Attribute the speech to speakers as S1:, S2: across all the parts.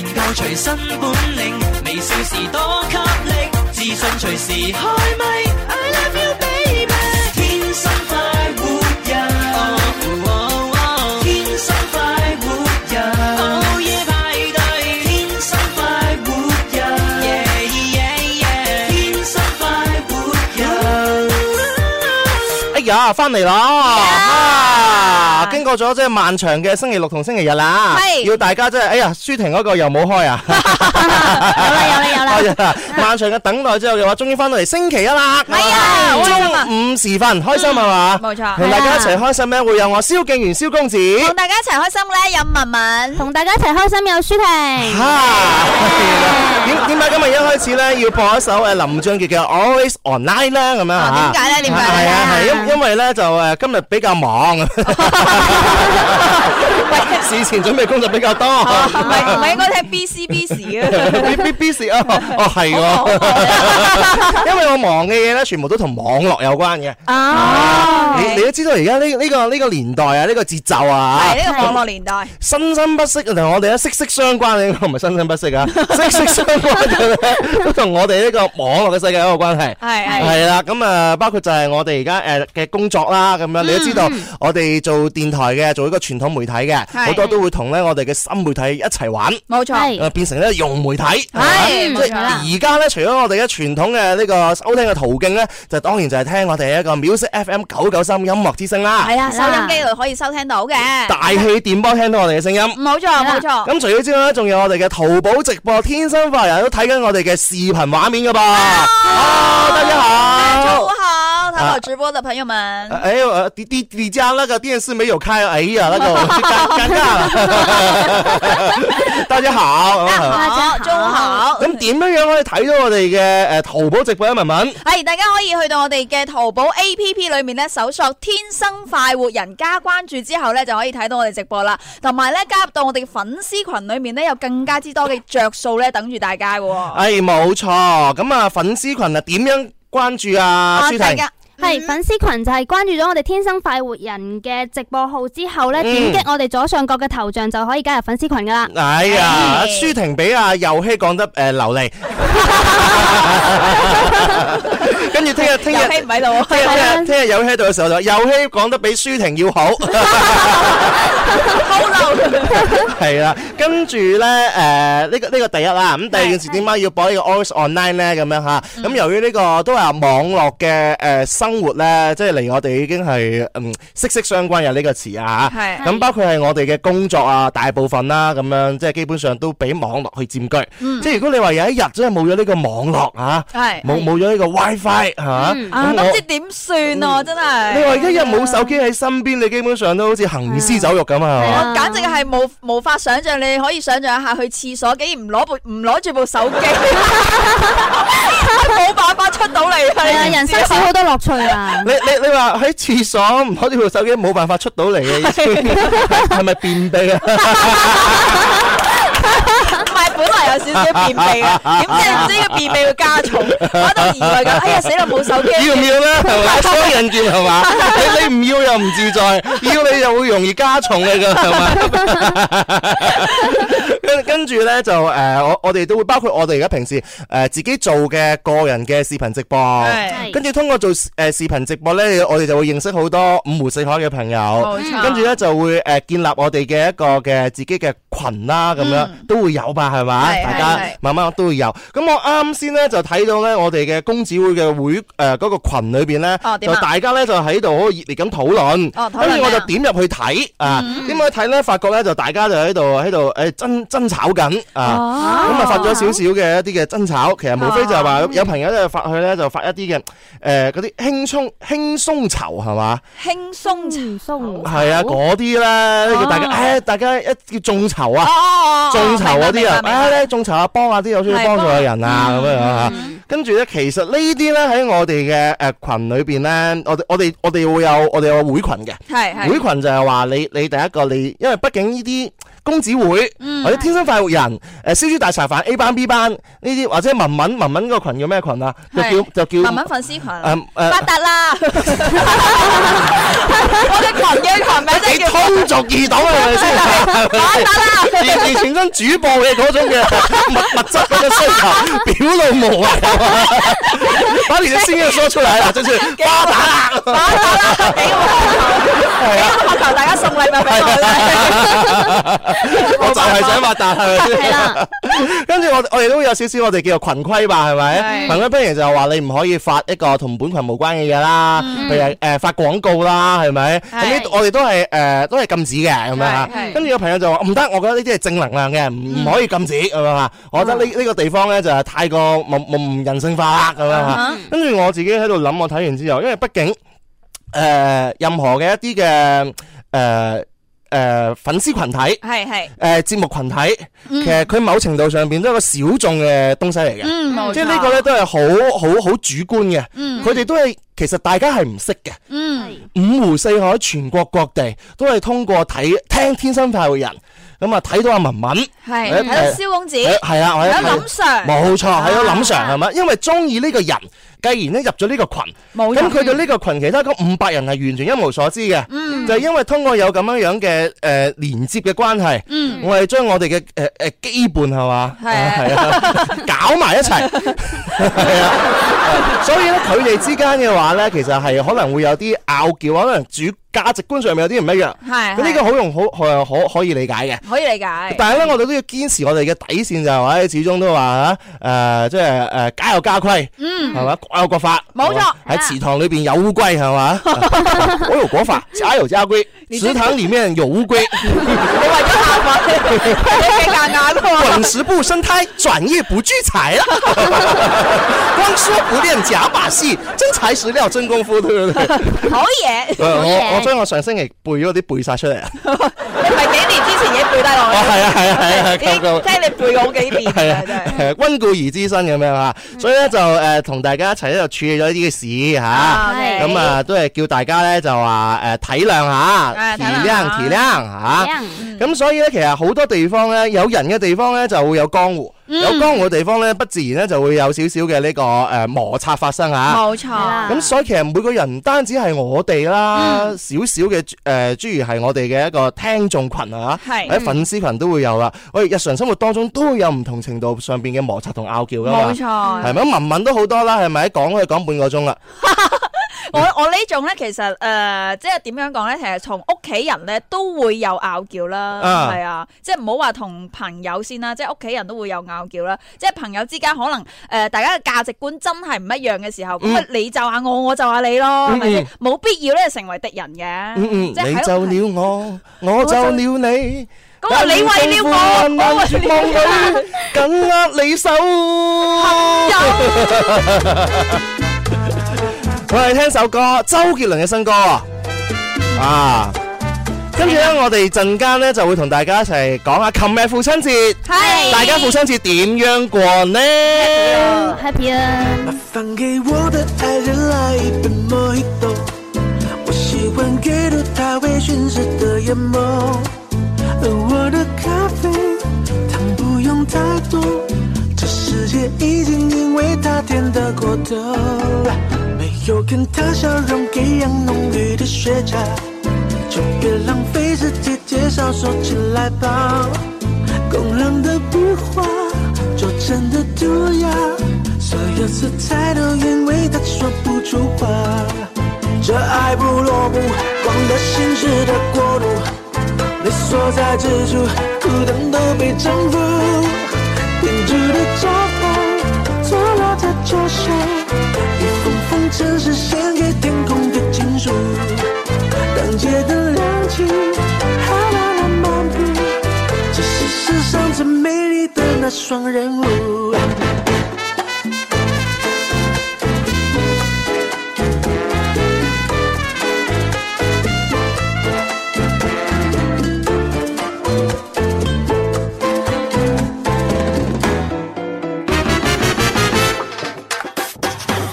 S1: 新本領，微笑時多給力，自信隨時開咪。I love you baby，天生快活人，哦哦天生快活人，午夜派對，天生快活人，yeah yeah yeah，天生快活人。
S2: 哎呀，翻嚟啦！啊，經過咗即係漫長嘅星期六同星期日啦，
S3: 係
S2: 要大家即係哎呀，舒婷嗰個又冇開 啊！有 啦有啦有啦！漫長嘅等待之後嘅話，終於翻到嚟星期一啦！係
S3: 啊好開心啊嗯
S2: 中午時分，開心係啊嘛？
S3: 冇錯啊
S2: 同大家一齊開心咧，會有我蕭敬元、蕭公子。
S3: 同大家一齊開心咧，有文文，
S4: 同大家一齊開心有舒
S2: 啊
S4: 婷。
S2: 哈！ 點點解今日一開始咧要播一首誒林俊傑嘅《Always Online》咧？咁樣嚇
S3: 啊點解咧點解
S2: 係
S3: 咧
S2: 啊係，因因為咧就誒今日比較忙， 事前準備工作比較多。
S3: 唔係唔係應該聽 B C B C 啊？
S2: B B B 事啊，哦係
S3: 哦
S2: 喎， 因為我忙嘅嘢咧，全部都同網絡有關嘅。
S4: 哦
S3: 啊
S2: 哦你你都知道而家呢呢個呢個年代啊，呢個節奏啊，
S3: 係呢個網絡年代，
S2: 生生不息同我哋咧息息相關嘅，唔係生生不息 啊，息息相關嘅咧，都同我哋呢個網絡嘅世界有一個關係。
S3: 係係
S2: 係啦，咁啊，包括就係我哋而家誒嘅工作啦，咁樣
S3: 嗯
S2: 你都知道，我哋做電台嘅，做一個傳統媒體嘅，
S3: 係
S2: 好多都會同咧我哋嘅新媒體一齊玩，啊
S3: 冇錯，
S2: 誒變成咧融媒體。係嘛
S3: 係
S2: 即
S3: 冇
S2: 係
S3: 錯啦，
S2: 而家咧，除咗我哋嘅傳統嘅呢個收聽嘅途徑咧，就當然就係聽我哋一個 Music FM 九九三音樂之聲啦，
S3: 係啊，收音機度可以收聽到嘅，
S2: 大氣電波聽到我哋嘅聲音。
S3: 冇錯冇錯，
S2: 咁除咗之外咧，仲有我哋嘅淘寶直播，天生快活人都睇緊我哋嘅視頻畫面噶噃。啊，大家
S3: 中
S2: 好。
S3: 午哦好，淘寶直播的朋友們，
S2: 哎呦，呃你你你家那個電視沒有開，哎呀，那個我就尷尷尬了。 大家好。
S3: 好，中午哦好。
S2: 咁點樣樣可以睇到我哋嘅誒呃淘寶直播咧？啊文文，
S3: 系，大家可以去到我哋嘅淘寶 A P P 裏面咧，搜索「天生快活人」，加關注之後咧，就可以睇到我哋直播啦。同埋咧，加入到我哋粉絲群裏面咧，有更加之多嘅着數咧，等住大家嘅喎。
S2: 哎，冇錯。咁啊，粉絲群啊，點樣關注啊？
S3: 啊
S2: 舒
S3: 大
S2: 婷。
S3: 家
S4: 係
S2: 嗯
S4: 粉絲群就係關注咗我哋天生快活人嘅直播號之後呢，
S2: 嗯
S4: 點擊我哋左上角嘅頭像就可以加入粉絲群噶啦。
S2: 哎呀，
S3: 哎
S2: 舒婷比阿佑希講得誒流利，跟住聽日聽
S3: 遊
S2: 日
S3: 戲唔喺度啊
S2: 聽
S3: 喎，
S2: 日 聽日有希喺度嘅時候就話有希講得比舒婷要好，
S3: 好流。
S2: 係啦。跟住咧誒呢個呢個第一啦，咁第二件事點解要播呢個 Always Online 咧咁樣吓？咁由於呢個都話網絡嘅誒生活咧，即係離我哋已經係嗯息息相關嘅呢個詞啊嚇。
S3: 係
S2: 咁包括係我哋嘅工作啊，大部分啦咁樣，即係基本上都俾網絡去佔據。即係如果你話有一日真係冇咗呢個網絡啊，
S3: 係
S2: 冇嗯冇咗呢個 WiFi 嚇，
S3: 啊，
S2: 咁
S3: 都唔知
S2: 我。
S3: 點算啊，真係。
S2: 你話嗯一日冇手機喺身邊，你基本上都好似行屍走肉咁啊，係
S4: 係
S2: 嘛
S4: 啊？
S3: 我簡直係冇無法想象，你可以想象一下去廁所，竟然唔攞部唔攞住部手 機， 冇辦法出到嚟。
S4: 係
S3: 係
S4: 啊，人生少好多樂趣啊
S2: 你！你你話喺廁所唔攞住部手機冇辦法出到嚟嘅，係咪便秘啊？
S3: 唔係，本來有少少便秘嘅，點知唔知個便秘會 加重，我喺度疑慮緊，哎呀死啦冇手機，
S2: 要唔要咧？係咪？雙刃劍係嘛？你你唔要又唔自在，要你又會容易加重你㗎係嘛？ 跟跟住咧就誒、呃我我哋都會包括我哋而家平時誒、呃自己做嘅個人嘅視頻直播。
S3: 係
S2: 跟住通過做誒、呃、視頻直播咧，我哋就會認識好多五湖四海嘅朋友
S3: 冇，錯
S2: 跟住咧就會誒、呃建立我哋嘅一個嘅自己嘅群啦，咁樣、都會有吧，係嘛？
S3: 嗯係
S2: 大家
S3: 係係
S2: 慢慢都會有。咁我啱先咧就睇到咧我哋嘅公子會嘅會呃誒嗰、個群裏邊咧，
S3: 哦點
S2: 就
S3: 啊
S2: 大家咧就喺度好熱烈咁討論，
S3: 哦討論
S2: 跟住我就
S3: 咩啊嗯
S2: 點入去睇啊，點去睇咧？發覺咧就大家就喺度喺度誒爭爭吵緊啊。
S3: 哦
S2: 咁
S4: 哦
S2: 啊發咗少少嘅一啲嘅爭吵，其實無非就係
S3: 哦
S2: 話有朋友咧發去咧就發一啲嘅誒嗰啲輕鬆輕鬆籌係嘛，
S3: 輕鬆
S4: 唔鬆
S2: 係啊嗰啲咧叫大家誒大家一叫眾籌啊。
S3: 哦，
S2: 眾籌嗰啲啊，啊
S3: 啊，
S2: 咧眾籌啊，幫下啲有需要幫助嘅人啊，
S3: 嗯
S2: 咁樣嚇。跟住咧，其實呢啲咧喺我哋嘅誒群裏邊咧，我哋我哋我哋會有我哋有會群嘅，
S3: 係係
S2: 會群就係話你你第一個你，因為畢竟呢啲公子會，
S3: 嗯
S2: 或者天生快活人，誒、燒豬大茶飯 A 班 B 班呢啲，或者文文文文個群叫咩群啊？就
S3: 係
S2: 叫就叫
S3: 文文粉絲群，發
S2: 誒誒，
S3: 達啦！ 我哋群嘅群名真
S2: 你
S3: 係叫
S2: 通俗易懂啊係咪先？
S3: 發達啦！
S2: 完完全跟主播嘅嗰種嘅物物質嘅需求表露無遺，啊把你的心願說出來啦，真是巴打啦！
S3: 打打啦，俾我渴求，俾我渴求大家送禮物俾我
S2: 我就係想發達，係咪
S4: 係
S2: 先？
S4: 啦，
S2: 跟住我我哋都有少少我哋叫做群規吧，係咪？
S3: 係
S2: 群規不如就話你唔可以發一個同本群無關嘅嘢啦，譬如誒發廣告啦，係咪？咁呢
S3: 嗯係
S2: 我哋都係誒都係禁止嘅咁樣嚇
S3: 係係。嗯
S2: 跟住有朋友就話唔得，我覺得呢啲係正能量嘅，唔唔可以禁止咁樣嚇。我覺得呢呢個地方咧就係太過冇冇唔人性化啦咁樣嚇。
S3: 啦。
S2: 跟住我自己喺度諗，我睇完之後，因為畢竟誒、呃任何嘅一啲嘅誒誒粉絲群體、誒、
S3: 係係，
S2: 呃節目群體，其實佢某程度上邊都係一個小眾嘅東西嚟嘅，
S3: 嗯，冇錯
S2: 即係呢個咧，都係好好好主觀嘅，
S3: 嗯
S2: 佢哋都係其實大家係唔識嘅。
S3: 嗯，
S4: 係
S2: 五湖四海、全國各地都係通過睇聽《天生快活人》咁啊，睇到阿文文，誒
S3: 係睇到蕭公子，
S2: 誒係啦，啊我
S3: 睇
S2: 喺
S3: 到林 Sir，啊
S2: 冇錯，喺度諗常係咪？因為中意呢個人，繼然咧入咗呢個群，
S3: 冇
S2: 咁
S3: 錯
S2: 佢對呢個群其他嗰五百人係完全一無所知嘅，
S3: 嗯
S2: 就係因為通過有咁樣樣嘅誒連接嘅關係，我哋將我哋嘅誒誒基本係嘛，
S3: 嗯係啊
S2: 係啊， 搞埋一齊，係啊，所以咧佢哋之間嘅話咧，其實係可能會有啲拗撬，可能主價值觀上面有啲唔一樣，
S3: 係
S2: 咁呢個好容好可可可以理解嘅。
S3: 個可以理解，
S2: 但係咧，我哋都要堅持我哋嘅底線就係話咧，始終都話啊嚇誒，即係誒家有家規，
S3: 嗯
S2: 係嘛，國有國法，
S3: 冇錯
S2: 係
S3: 啊
S2: 嘛喺祠堂裏邊有烏龜係 嘛，國有國法，家有家規，祠堂裡面有烏龜，
S3: 你為咗效仿，你幾硬硬喎，
S2: 滾石不生胎，轉業不聚財啦，啊 光說不練假把戲，真材實料真功夫，對唔 對？
S3: 好
S2: 誒
S3: 嘢，
S2: 我
S4: 嘢
S2: 我將我上星期背嗰啲背晒出 嚟啊！
S3: 你唔係幾年之前已經背低落
S2: 哦，
S3: 嚟，
S2: 係啊，係啊，係啊，
S3: 已經
S2: 夠夠
S3: 即。係你背過好幾遍
S2: 係
S3: 啊，
S2: 啊
S3: 真係。，
S2: 誒温故而知新咁樣啊，所以咧就誒同大家一齊喺度處理咗呢啲嘅事嚇，
S3: OK
S2: 咁啊都係叫大家咧就話誒體諒下，
S3: 誒
S2: 啊體
S3: 體諒
S2: 諒
S3: 下
S2: 體諒嚇。
S4: 靚
S2: 咁所以咧，其實好多地方咧，有人嘅地方咧就會有江湖，有江湖嘅地方咧，不自然咧就會有少少嘅呢個誒摩擦發生啊嚇。
S3: 冇錯，
S4: 啦
S2: 咁所以其實每個人唔單止係我哋啦，
S3: 嗯
S2: 少少嘅誒，諸如係我哋嘅一個聽眾群啊，
S3: 係
S2: 或者粉絲群都會有啦。我哋日常生活當中都會有唔同程度上邊嘅摩擦同拗撬噶嘛
S3: 冇，錯。
S2: 係咪？文文都好多啦，係咪？講可以講半個鐘啦，
S3: 我我呢種咧，其實誒、呃即係點樣講咧？其實同屋企人咧都會有拗撬啦，
S2: 啊
S3: 係啊，即係唔好話同朋友先啦，即係屋企人都會有拗撬啦。即係朋友之間可能誒、呃大家嘅價值觀真係唔一樣嘅時候，咁啊、你就下我，我就下你咯，係咪先？冇必要咧成為敵人嘅。
S2: 嗯嗯，
S3: 即係
S2: 你
S3: 喺
S2: 就
S3: 屋企
S2: 了我，我就了你，
S3: 咁啊，你為了
S2: 但
S3: 我，我
S2: 願
S3: 為
S2: 幸福安穩
S3: 了
S2: 望裏緊握你 手。我哋聽首歌，周杰倫嘅新歌啊！啊，跟住咧，我哋陣間咧就會同大家一齊講下琴日父親節，
S3: 係
S2: 大家父親節點樣過呢？
S4: ，happy 啊！
S5: 麻烦给我的爱人来一杯 Mojito，我喜欢给的他微醺时的眼眸，而我的咖啡糖不用太多，这世界已经因为他甜得过头，没有跟他笑容一样浓郁的雪茄，就别浪费时间介绍，收起来吧。工整的笔画，拙真的涂鸦，所有色彩都因为他说不出话。这爱不落幕，光的现实的国度，你所在之处，孤单都被征服。编织的招牌，错落在桌上，一封封城市献给天空的情书。当街灯亮起，海浪浪漫步，这是世上最美丽的那双人舞。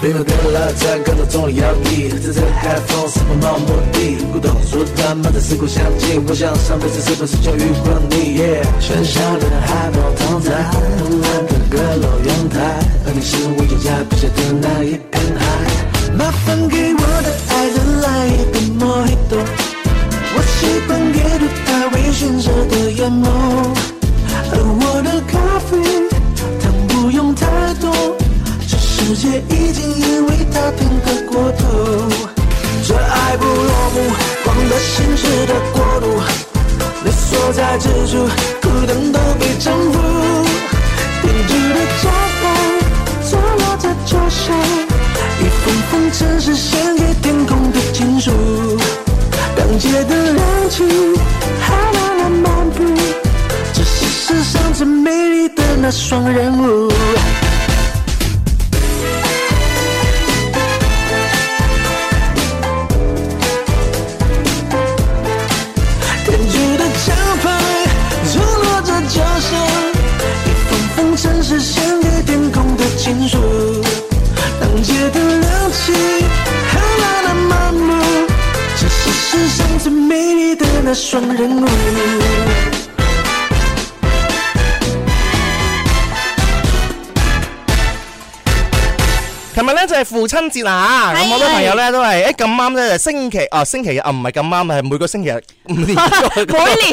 S5: Baby girl，拉站，看到钟离摇曳，这在 headphone 什么猫目的？古董书单满载时光香气，我想上辈子是不是就遇过你？Yeah，喧嚣的海报躺在昏暗的阁楼阳台，而你是我眼下笔下的那一片海。麻烦给我的爱人来一杯莫吉托，我习惯阅读他微醺时的眼眸，而我的咖啡糖不用太多。这世界已经因为他变得过头。这爱不落幕，逛了现实的国度，你所在之处，孤单都被征服。编织的招牌，坐落在桌上，一封封城市献给天空的情书。当街灯亮起，海浪来漫步，这是世上最美丽的那双人舞。天主的招牌坐落在脚上，一封封城市献给天空的情书。当街灯亮起，海浪的漫步，这是世上最美丽的那双人舞。
S2: 琴日咧就係父親節啦，啊咁好多朋友咧都係，誒咁啱咧就星期啊星期日啊唔係咁啱，係每個星期 日五年
S3: 每年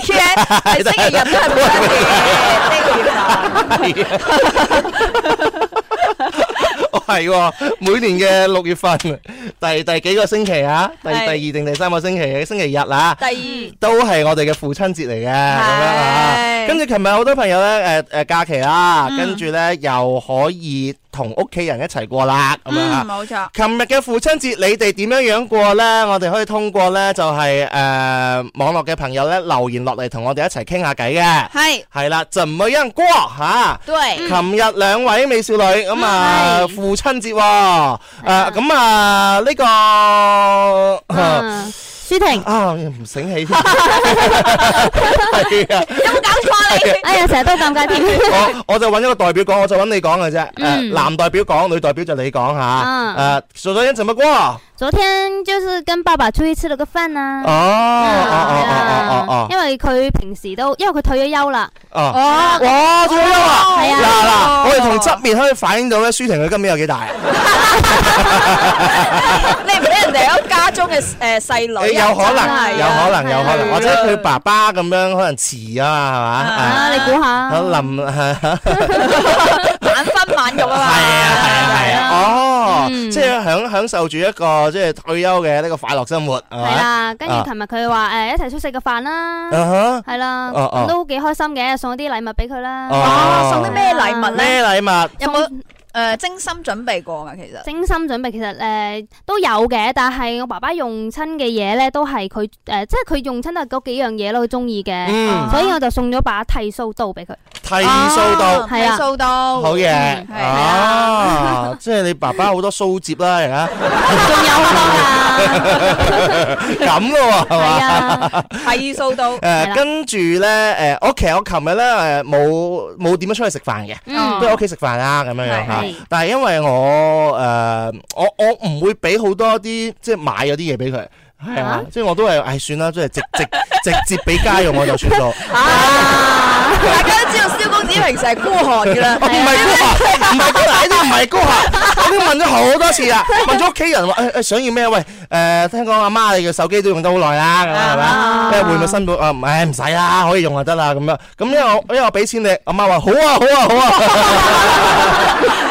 S3: 嘅係星期日都係母親
S2: 係啊
S3: 節，
S2: 哦係喎，每年嘅六月份第第幾個星期啊？第
S3: 係
S2: 第二定第三個星期嘅星期日啊啦。
S3: 第
S2: 都係我哋嘅父親節嚟嘅，咁樣啊
S3: 係。嗯
S2: 跟住琴日好多朋友咧，誒、誒假期啦，跟住咧又可以同屋企人一齊過啦，咁
S3: 二，
S2: 樣啊
S3: 嗯，。冇錯。
S2: 琴日嘅父親節，你哋點樣樣過呢？我哋可以通過呢，就係、诶呃、網絡嘅朋友呢留言落嚟，同我哋一齊傾下偈嘅。
S3: 係
S2: 係啦，怎麼樣過吓？
S3: 對，
S2: 琴日兩位美少女咁啊，
S3: 嗯
S4: 係
S2: 父親節喎，誒咁啊呢個
S3: 嗯
S4: 啊舒婷，
S2: 啊唔醒起添， 係啊。
S3: 有冇搞錯你？
S4: 哎呀，成日都尷 尬添。
S2: 我我就揾一個代表講，我就揾你講嘅啫。誒、
S4: 嗯
S2: 男代表講，女代表就你講吓。
S4: 嗯
S2: 誒，所以怎麼過？
S4: 昨天就是跟爸爸出去吃了個飯
S2: 哦哦哦
S4: 啊。哎
S2: 哦哦哦
S4: 因為佢平時都，因為佢退咗休啦，
S2: 哦哦！
S3: 哦，
S2: 哇，退休啊！
S4: 係
S2: 嗱
S4: 啊，
S2: 嗱，我哋同側面可以反映到咧，舒婷佢今年有幾大？
S3: 你唔俾人哋喺家中嘅誒細
S2: 誒
S3: 女啊，
S2: 有可
S3: 真係
S2: 能，
S3: 啊
S2: 有可能，有可能，
S4: 係
S2: 或者佢爸爸咁樣可能遲啊嘛，
S4: 啊，你估
S2: 係嘛？
S4: 下，
S2: 林係
S3: 晚婚晚育
S2: 啊
S3: 啊嘛，
S2: à, 係啊係啊，哦，
S4: 嗯
S2: 即係享享受住一個即係退休嘅呢個快樂生活，係
S4: 係
S2: 咪？
S4: 啦，跟住琴日佢話誒一齊出食個飯啦，
S2: 啊
S4: 係啦，
S2: 哦哦
S4: 咁都幾開心嘅，送啲禮物俾佢
S2: 哦
S3: Ờ.
S4: 啦，
S3: 哦，送啲咩禮物
S2: 哈，
S3: 咧？
S2: 咩禮物？
S3: 有冇誒精心準備過㗎？其實
S4: 精心準備，其實誒、呃都有嘅，但係我爸爸用親嘅嘢咧，都係佢誒，即係佢用親都係嗰幾樣嘢咯，佢中意嘅，
S2: 嗯，
S4: 所以我就送咗把剃鬚刀俾佢。
S2: 剃鬚
S3: Ờ,
S2: 刀
S3: 哦，剃鬚刀，
S2: 好嘢
S4: 嗯
S3: 係
S2: 啊！即係你爸爸好多鬚接啦，而 家。
S4: 仲有好
S2: 咁咯喎，
S4: 多㗎，
S2: 係
S4: 係
S2: 嘛？
S4: 啊，
S3: 剃鬚刀，
S4: 係
S2: 誒，
S4: 啦
S2: 跟住咧，誒，我其實我琴日咧，誒，冇冇點樣出去食飯嘅，
S4: 嗯
S2: 都喺屋企食飯啦，咁樣樣
S3: 係
S2: 嚇
S4: 係。
S2: 但係因為我誒，我我唔會俾好多啲即係買咗啲嘢俾佢。係啊
S4: 啊，
S2: 即係我都係，唉，算啦，即係直直直接俾家用我就算數。
S3: À. 啊！大家都知道蕭公子平時係孤寒㗎啦
S2: 我。哦唔係高下，唔係高下，呢啲唔係高下。我都問咗好多次啦，問咗屋企人話誒誒想要咩？喂誒，聽講阿媽你嘅手機都用得好耐啦，咁樣係咪啊？
S4: 啊
S2: 咩會唔會新本啊？唔係唔使啦，可以用就得啦咁樣。咁因為我因為我俾錢你，阿媽話好啊好啊好 啊。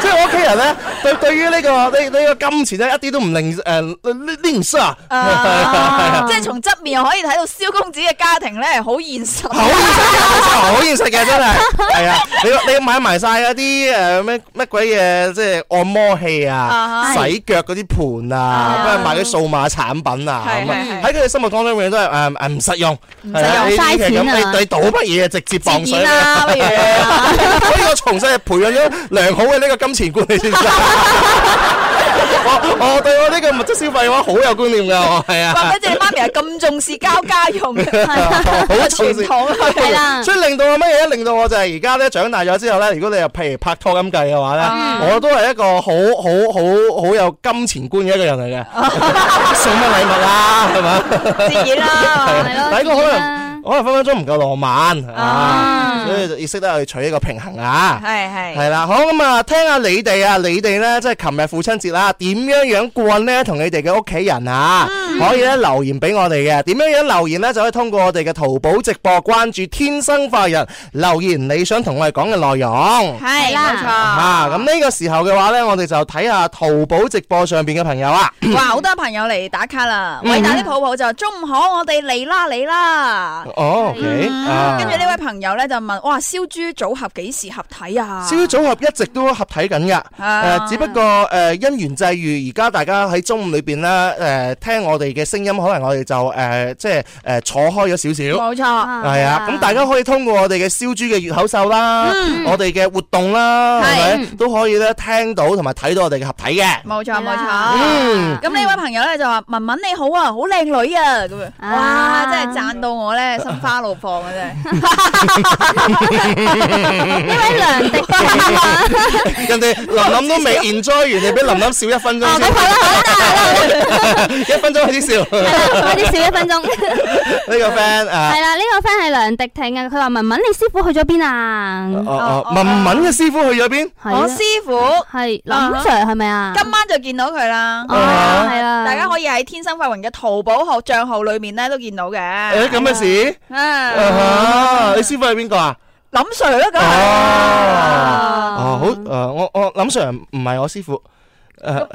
S2: 即係我屋企人咧，對對於呢個呢呢個金錢咧，一啲都唔吝誒呢吝嗇啊。
S3: 啊即係從側面可以睇到蕭公子嘅家庭咧，係好現實。
S2: 好現實嘅，冇錯好現實嘅，真係係啊！你你買埋晒嗰啲誒咩乜鬼嘢，即係按摩器啊、
S3: 啊
S2: 洗腳嗰啲盤啊，
S3: 啊
S2: 跟住買啲數碼產品啊，
S3: 係
S2: 咁啊
S3: 係係
S2: 喺佢哋心目當中永遠都係誒誒唔實用，唔
S4: 實用嘥錢啊
S2: 你你倒乜嘢直接磅水啊
S3: 自然啦不如
S2: 所以我從細係培養咗良好嘅呢個金錢觀你先生。我我對我呢個物質消費嘅話好有觀念㗎，我係啊
S3: 話。俾你媽咪係咁重視交家用，
S2: 好重
S3: 傳
S2: 視
S3: 統
S4: 啊係啦
S2: 所以令到我乜嘢咧？令到我就係而家咧長大咗之後咧，如果你又譬如拍拖咁計嘅話咧，
S4: 嗯
S2: 我都係一個好好好好有金錢觀嘅一個人嚟嘅。
S4: 啊
S2: 送乜禮物啊？係嘛？
S3: 自然啊啦。
S4: 係咯啊
S2: 第一個可
S4: 自然啦
S2: 能可能分分鐘唔夠浪漫啊
S4: 啊，
S2: 所以就要識得去取一個平衡啊。
S3: 係
S2: 系
S3: 係
S2: 啦，好咁啊，聽下你哋啊，你哋咧即係琴日父親節啦，點樣樣過呢？同你哋嘅屋企人啊，
S3: 嗯
S2: 可以咧留言俾我哋嘅，點樣樣留言呢？就可以通過我哋嘅淘寶直播關注天生快活人留言，你想同我哋講嘅內容。
S3: 係冇錯。
S2: 啊，咁呢個時候嘅話呢，我哋就睇下淘寶直播上邊嘅朋友啊，
S3: 哇！好多朋友嚟打卡啦，
S2: 嗯
S3: 偉大的抱抱就中午好，我哋嚟啦嚟啦。
S2: 哦，OK，啊
S3: 跟住呢位朋友咧就問：哇，燒豬組合幾時合體啊？
S2: 燒組合一直都合體緊㗎，誒、
S3: 啊
S2: 只不過誒、呃因緣際遇，而家大家喺中午裏邊咧，誒、聽呃我哋嘅聲音，可能我哋就誒、呃即係誒、呃坐開咗少少。
S3: 冇錯，
S2: 係啊，咁大家可以通過我哋嘅燒豬嘅粵口秀啦，我哋嘅活動啦，係咪都可以咧聽到同埋睇到我哋嘅合體嘅。
S3: 冇啊錯，
S4: 係
S3: 冇
S4: 啦
S2: 嗯
S3: 錯。 咁呢位朋友咧就話：文文你好啊，好靚女啊！咁樣，哇，
S4: 啊
S3: 真係讚到 我咧心花怒放啊！真係。
S4: 呢位梁 迪，
S2: 人哋琳琳都 未 enjoy 完，你俾琳琳笑一分
S4: 哦
S2: 鐘先， 一分鐘開始笑。呢
S4: 快啲少一分鐘。
S2: 個 friend 啊
S4: 係，啦，呢個 friend 係梁迪婷啊，佢話文文你師傅去咗邊啊？
S2: 哦哦文文嘅師傅去咗邊？
S4: 係啊
S3: 我師傅
S4: 係林
S3: 啊
S4: Sir 係咪啊？
S3: 今晚就見到佢啦。
S4: 啊係啦，
S3: 大家可以喺天生快活人嘅淘寶號帳號裏面咧都見到嘅。
S2: 誒咁嘅事。
S3: 啊
S2: 啊哈！你師傅係邊個啊？
S3: 林 Sir 啦，梗係。
S2: 哦，好誒，我我林 Sir 唔係我師傅，誒林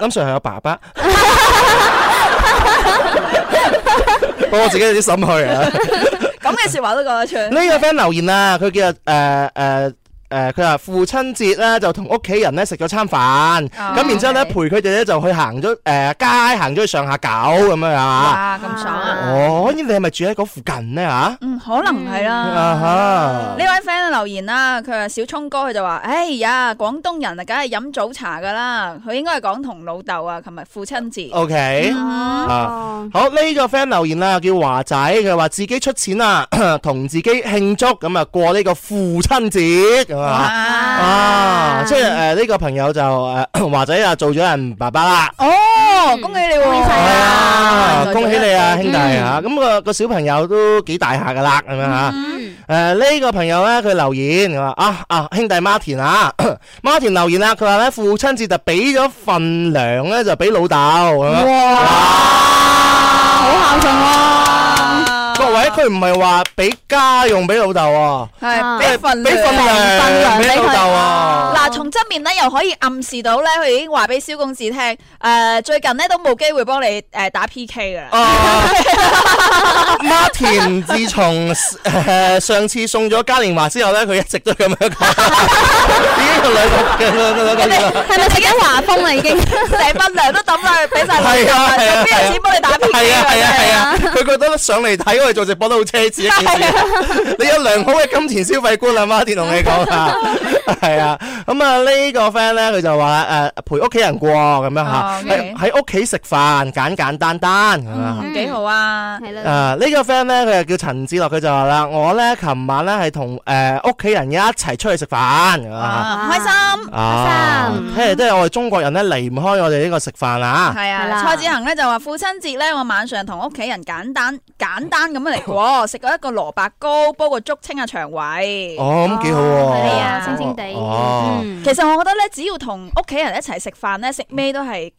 S2: 林 Sir 係我爸爸。 我自己有啲心虛 啊！
S3: 咁嘅説話都講得出。
S2: 呢個 friend 留言啊，佢叫誒誒誒，佢話父親節咧就同屋企人咧食咗餐飯，咁然之後咧陪佢哋咧就去行咗誒街，行咗去上下九咁樣啊！
S3: 哇，咁爽啊！
S2: 哦，你係咪住喺嗰附近咧嚇？
S3: 嗯，可能係
S2: 啊
S3: 啦。
S2: 哈
S3: 呢！位 friend 啊留言啦，佢話小聰哥佢就話：，哎呀，廣東人啊，梗係飲早茶噶啦，佢應該係講同老豆啊，琴日父親節。
S2: O K，啊，好呢、個 friend 留言啦，叫華仔，佢話自己出錢啊， 同自己慶祝咁啊，過呢個父親節咁啊，
S3: 哇！
S2: 啊，即係誒呢個朋友就誒華仔啊做咗人爸爸啦。
S3: 哦，恭喜你
S4: 恭喜
S3: 喎！
S4: 晒
S2: 係啊！
S3: 哇
S2: 恭喜你啊，兄弟啊！咁個個小朋友都幾大下噶啦，咁樣吓。誒呢個朋友咧，佢留言佢話啊啊，兄弟 Martin 啊 ，Martin 留言啦，佢話咧父親節就俾咗份糧咧，就俾老豆咁樣。哇！
S4: 好孝順
S2: 啊
S4: 喎，
S2: 各位，佢唔係話俾家用俾老豆喎，
S3: 係
S2: 即
S3: 俾
S2: 係
S3: 份
S2: 俾份
S3: 糧
S2: 糧俾老豆啊！
S3: 嗱，從側面咧又可以暗示到咧，佢已經話俾蕭公子聽，誒、最近咧都冇機會幫你誒、打 P K 噶啦。
S2: 啊 Martin 自從誒上次送咗嘉年華之後咧，佢一直都咁樣講，已經有兩個兩個兩個兩個。
S4: 係咪食緊華風啊啦已經？
S3: 成份糧都抌落去俾晒你，
S2: 係啊係啊
S3: 仲邊有錢幫你 打 P
S2: 係
S3: K
S2: 啊係啊係啊！佢覺得上嚟睇我哋做直播都好奢侈一件事。你有良好嘅金錢消費觀啊，Martin 同你講啊，係啊。咁啊呢個 friend 咧，佢就話誒陪屋企人過咁樣
S3: 哦
S2: 嚇，
S3: ，OK
S2: 喺喺屋企食飯，簡簡單單咁樣嚇。
S3: 嗯幾好啊！
S4: 係啦，
S2: 啊！呢、個 friend 咧，佢就叫陳志樂，佢就話啦：我咧琴晚咧係同誒屋企人一齊出去食飯啊！
S3: 啊，開心。
S2: 啊
S4: 開心
S2: 睇嚟都係我哋中國人咧離唔開我哋呢個食飯啊！
S3: 係
S4: 係
S3: 啊，
S4: 啦
S3: 蔡子恒咧就話父親節咧，我晚上同屋企人簡單簡單咁樣 嚟過，食咗一個蘿蔔糕，煲個粥清下腸胃。
S2: 哦，咁幾好
S4: 係
S2: 喎！
S4: 啊，清清地，
S2: 哦
S4: 嗯
S3: 其實我覺得咧，只要同屋企人一齊食飯咧，食咩都係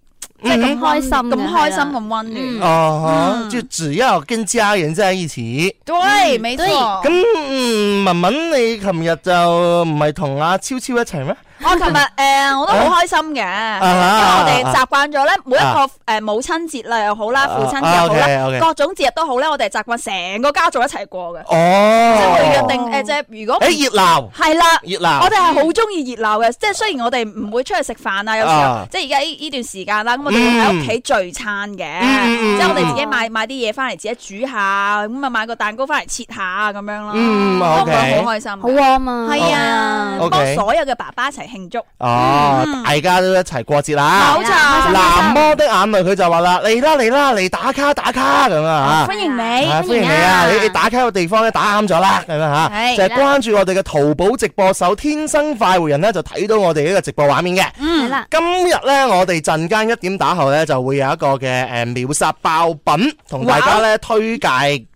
S3: 即係咁
S4: 嗯開心嘅
S3: 咁開心
S4: 係啦嗯
S3: 咁温暖。
S2: 哦、
S3: 啊
S2: 就只要跟家人在一起。
S3: 對，沒
S4: 對
S3: 錯。
S2: 咁、嗯文文，你琴日就唔係同阿超超一齊咩？
S3: 我 琴日誒我都
S2: 哦
S3: 好開心嘅，因為
S2: 啊
S3: 我哋習慣咗咧，每一個誒母親節啦又好啦，父親節又好
S2: 啊，OK，OK
S3: 啦，各種節日都好咧，我哋習慣成個家族一齊過嘅，即係會約
S2: 哦，
S3: 定誒，呃即係如果唔
S2: 誒熱鬧，
S3: 係啦。
S2: 熱鬧，
S3: 我哋係好中意熱鬧嘅，即係雖然我哋唔會出去食飯啊，有時候
S2: 啊嗯
S3: 即係而家呢呢段時間啦，咁我哋會喺屋企聚餐嘅，
S2: 嗯嗯嗯
S3: 即係我哋自己買買啲嘢翻嚟自己煮下，咁啊買個蛋糕翻嚟切下咁樣咯，
S2: 嗯
S3: 咁我覺得
S2: OK
S3: 好開心嘅。
S4: 好 warm 啊，
S3: 係啊，
S2: OK
S3: 幫所有嘅爸爸一齊慶祝。
S2: 哦，
S3: 嗯
S2: 大家都一齊過節啦
S3: 冇。錯
S2: 男魔的眼淚佢就話啦，嚟啦嚟啦嚟打卡打卡咁啊
S3: 歡迎
S2: 吓，
S3: 你，
S2: 啊歡迎你啊！你你打卡嘅地方咧打啱咗啦，咁樣吓，
S3: 係
S2: 就係
S4: 啦
S2: 關注我哋嘅淘寶直播手天生快活人咧，就睇到我哋呢個直播畫面嘅。
S4: 係啦，
S2: 今日咧，我哋陣間一點打後咧，就會有一個嘅诶秒殺爆品，同大家咧推介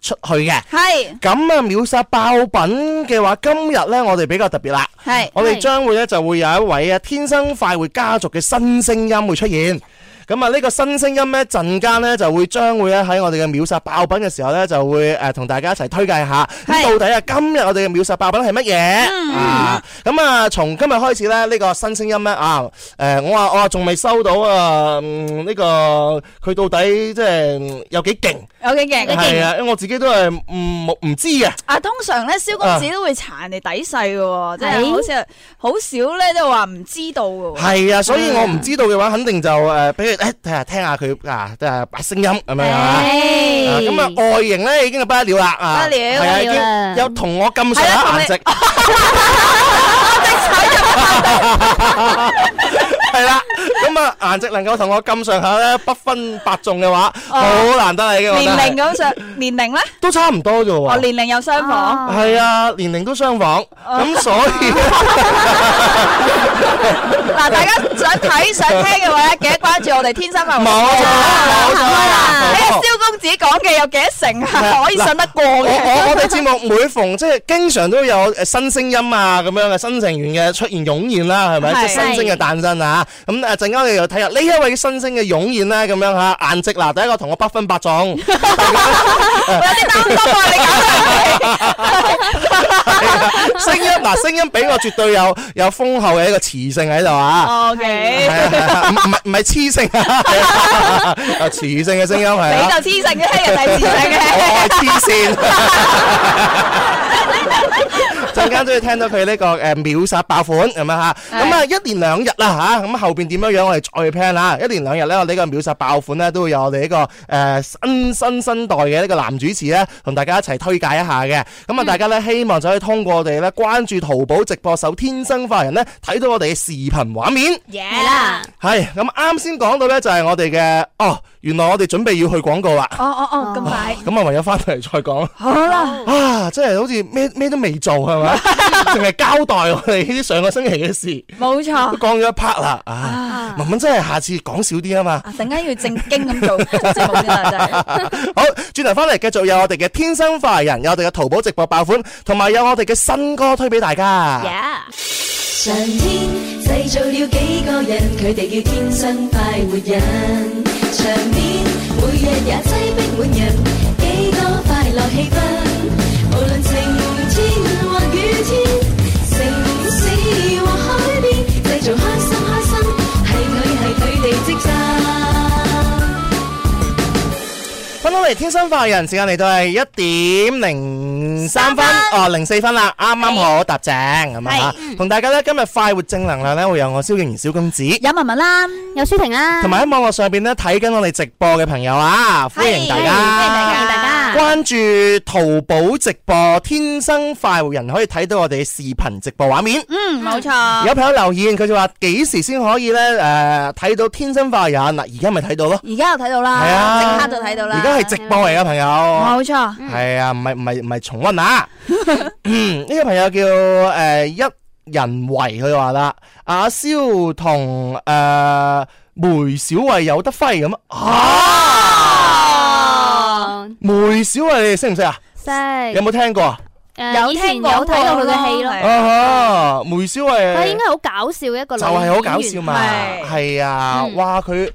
S2: 出去嘅。
S3: 係
S2: 咁啊，秒殺爆品嘅話，今日咧我哋比較特別啦。
S3: 係
S2: 我哋將會咧就會有一位啊天生快活家族嘅新聲音會出現。咁啊，呢個新聲音咧，陣間咧就會將會咧喺我哋嘅秒殺爆品嘅時候咧，就會誒同大家一齊推介下，咁
S3: 係嗯
S2: 到底啊今日我哋嘅秒殺爆品係乜嘢啊？咁啊，從今日開始咧，呢個新聲音咧啊，誒我話我話仲未收到啊，嗯呢個佢到底即係有幾勁？
S3: 有幾勁。
S2: 係啊，因為我自己都係唔冇唔知嘅。
S3: 啊，通常咧，蕭公子都會查人哋底細嘅喎，即係
S4: 係
S3: 好似好少咧，都話唔知道嘅喎。
S2: 係啊，所
S3: 嗯
S2: 以我唔知道嘅話，肯定就誒俾佢誒哎睇下聽下佢啊，即係把聲音咁樣啊。啊
S4: 唉
S2: 咁啊，外形咧已經係不得了啦，啊，
S3: 哎不得了
S2: 係啊，
S4: 不
S2: 已
S4: 得了啦
S2: 經有同我咁上下顏值，係啦，咁啊，顏值能夠同我咁上下咧，不分伯仲嘅話，好難得你嘅，我覺
S3: 哦年
S2: 得係
S3: 齡咁上，年齡咧，
S2: 都差唔多啫
S3: 哦，
S2: 喎。
S3: 年齡哦又相仿，
S4: 啊
S2: 係啊，年齡都相仿，咁所以
S3: 嗱，大家想 睇想聽嘅話咧，記得關注我哋天生快活。
S2: 冇錯啦冇錯啦
S3: 呢
S2: 冇錯
S3: 個蕭公子講嘅有幾多成係可以信得過
S2: 我
S3: 嘅？
S2: 我我哋節目每逢即係經常都有誒新聲音啊咁樣嘅新成員嘅出現湧現啦，係咪？
S3: 係
S2: 即係新星嘅誕生啊！咁誒陣間我哋又睇下呢一位新星嘅湧現啦，咁樣嚇顏值嗱，第一個同我不分伯 仲，
S3: 我有啲擔心啊！你 搞到
S2: 啊聲音嗱聲音俾我絕對有有豐厚嘅一個磁性喺度啊！
S3: O
S2: 係
S3: K，
S2: 啊係啊唔唔係唔係雌性啊，係 啊有磁性嘅聲音係
S3: 你
S2: 啊，
S3: 就黐性嘅，聽人哋黐性
S2: 我
S3: 嘅。
S2: 我係黐線。陣間都要聽到佢呢個誒秒殺爆款咁樣嚇，咁啊一連兩日啦嚇，咁啊後邊點樣樣我哋再 plan 啦。一連兩日咧，我呢個秒殺爆款咧都會有我哋呢個誒新新新代嘅呢個男主持咧，同大家一齊推介一下嘅。咁啊，大家咧希望就可以通過我哋咧關注淘寶直播搜「天生化人」咧，睇到我哋嘅視頻畫面。
S4: 係啦，
S2: 係咁啱先講到咧，就係我哋嘅哦，原來我哋準備要去廣告啦。
S3: 哦哦哦，咁快。
S2: 咁啊，唯有翻到嚟再講。
S3: 好啦，
S2: 啊，真係好似咩咩都未做係咪？淨係交代我哋呢啲上個星期嘅事，
S3: 冇
S2: 都
S3: 錯。
S2: 講咗一 part 啦。啊，文文真係下次講少啲啊嘛。
S3: 啊！突然間要正經 咁做節目先得，啊真係。
S2: 好，轉頭翻嚟繼續有我哋嘅天生快人，有我哋嘅淘寶直播爆款，同埋有我哋嘅新歌推俾大家。
S4: Yeah
S6: 上天製造了幾個人，佢哋叫天生快活人。場面每日也擠逼滿人，幾多快樂氣氛。無論晴天或雨天，城市或海邊，製造開心開心，係佢係佢哋職責。
S2: 翻到嚟天生快人，時間嚟到係一點零三分，哦零四分啦，啱啱好搭正咁啊！同大家咧今日快活正能量咧會有我蕭敬仁小公子。
S3: 有文文啦，
S4: 有舒婷啦，
S2: 同埋喺網絡上邊咧睇緊我哋直播嘅朋友啊，歡迎大家，
S4: 歡迎大家
S2: 關注淘寶直播天生快活人，可以睇到我哋嘅視頻直播畫面。
S3: 嗯，冇錯。
S2: 有朋友留言，佢就話幾時先可以咧？誒、睇到天生快活人嗱，而家咪睇到咯，
S3: 而家又睇到
S2: 係
S3: 啦，
S2: 啊
S3: 即刻就睇到啦。
S2: 而家係直播嚟嘅朋友。
S3: 冇錯，
S4: 嗯
S2: 係啊，唔係唔係唔係重溫啊！嗯呢個朋友叫诶一人為，佢話啦，阿蕭同诶梅小慧有得揮咁啊！
S4: 哦
S2: 梅小慧你哋識唔識啊？
S4: 識
S2: 有冇聽過啊？
S4: 誒
S3: 有
S4: 以前
S3: 聽
S4: 有
S3: 過
S4: 睇過佢嘅
S3: 係
S4: 戲咯，
S2: 啊哈！梅小
S4: 佢應
S2: 慧
S4: 該好搞笑嘅一個女
S2: 就係好搞笑嘛
S3: 演員，
S2: 係啊！
S4: 嗯
S2: 哇，佢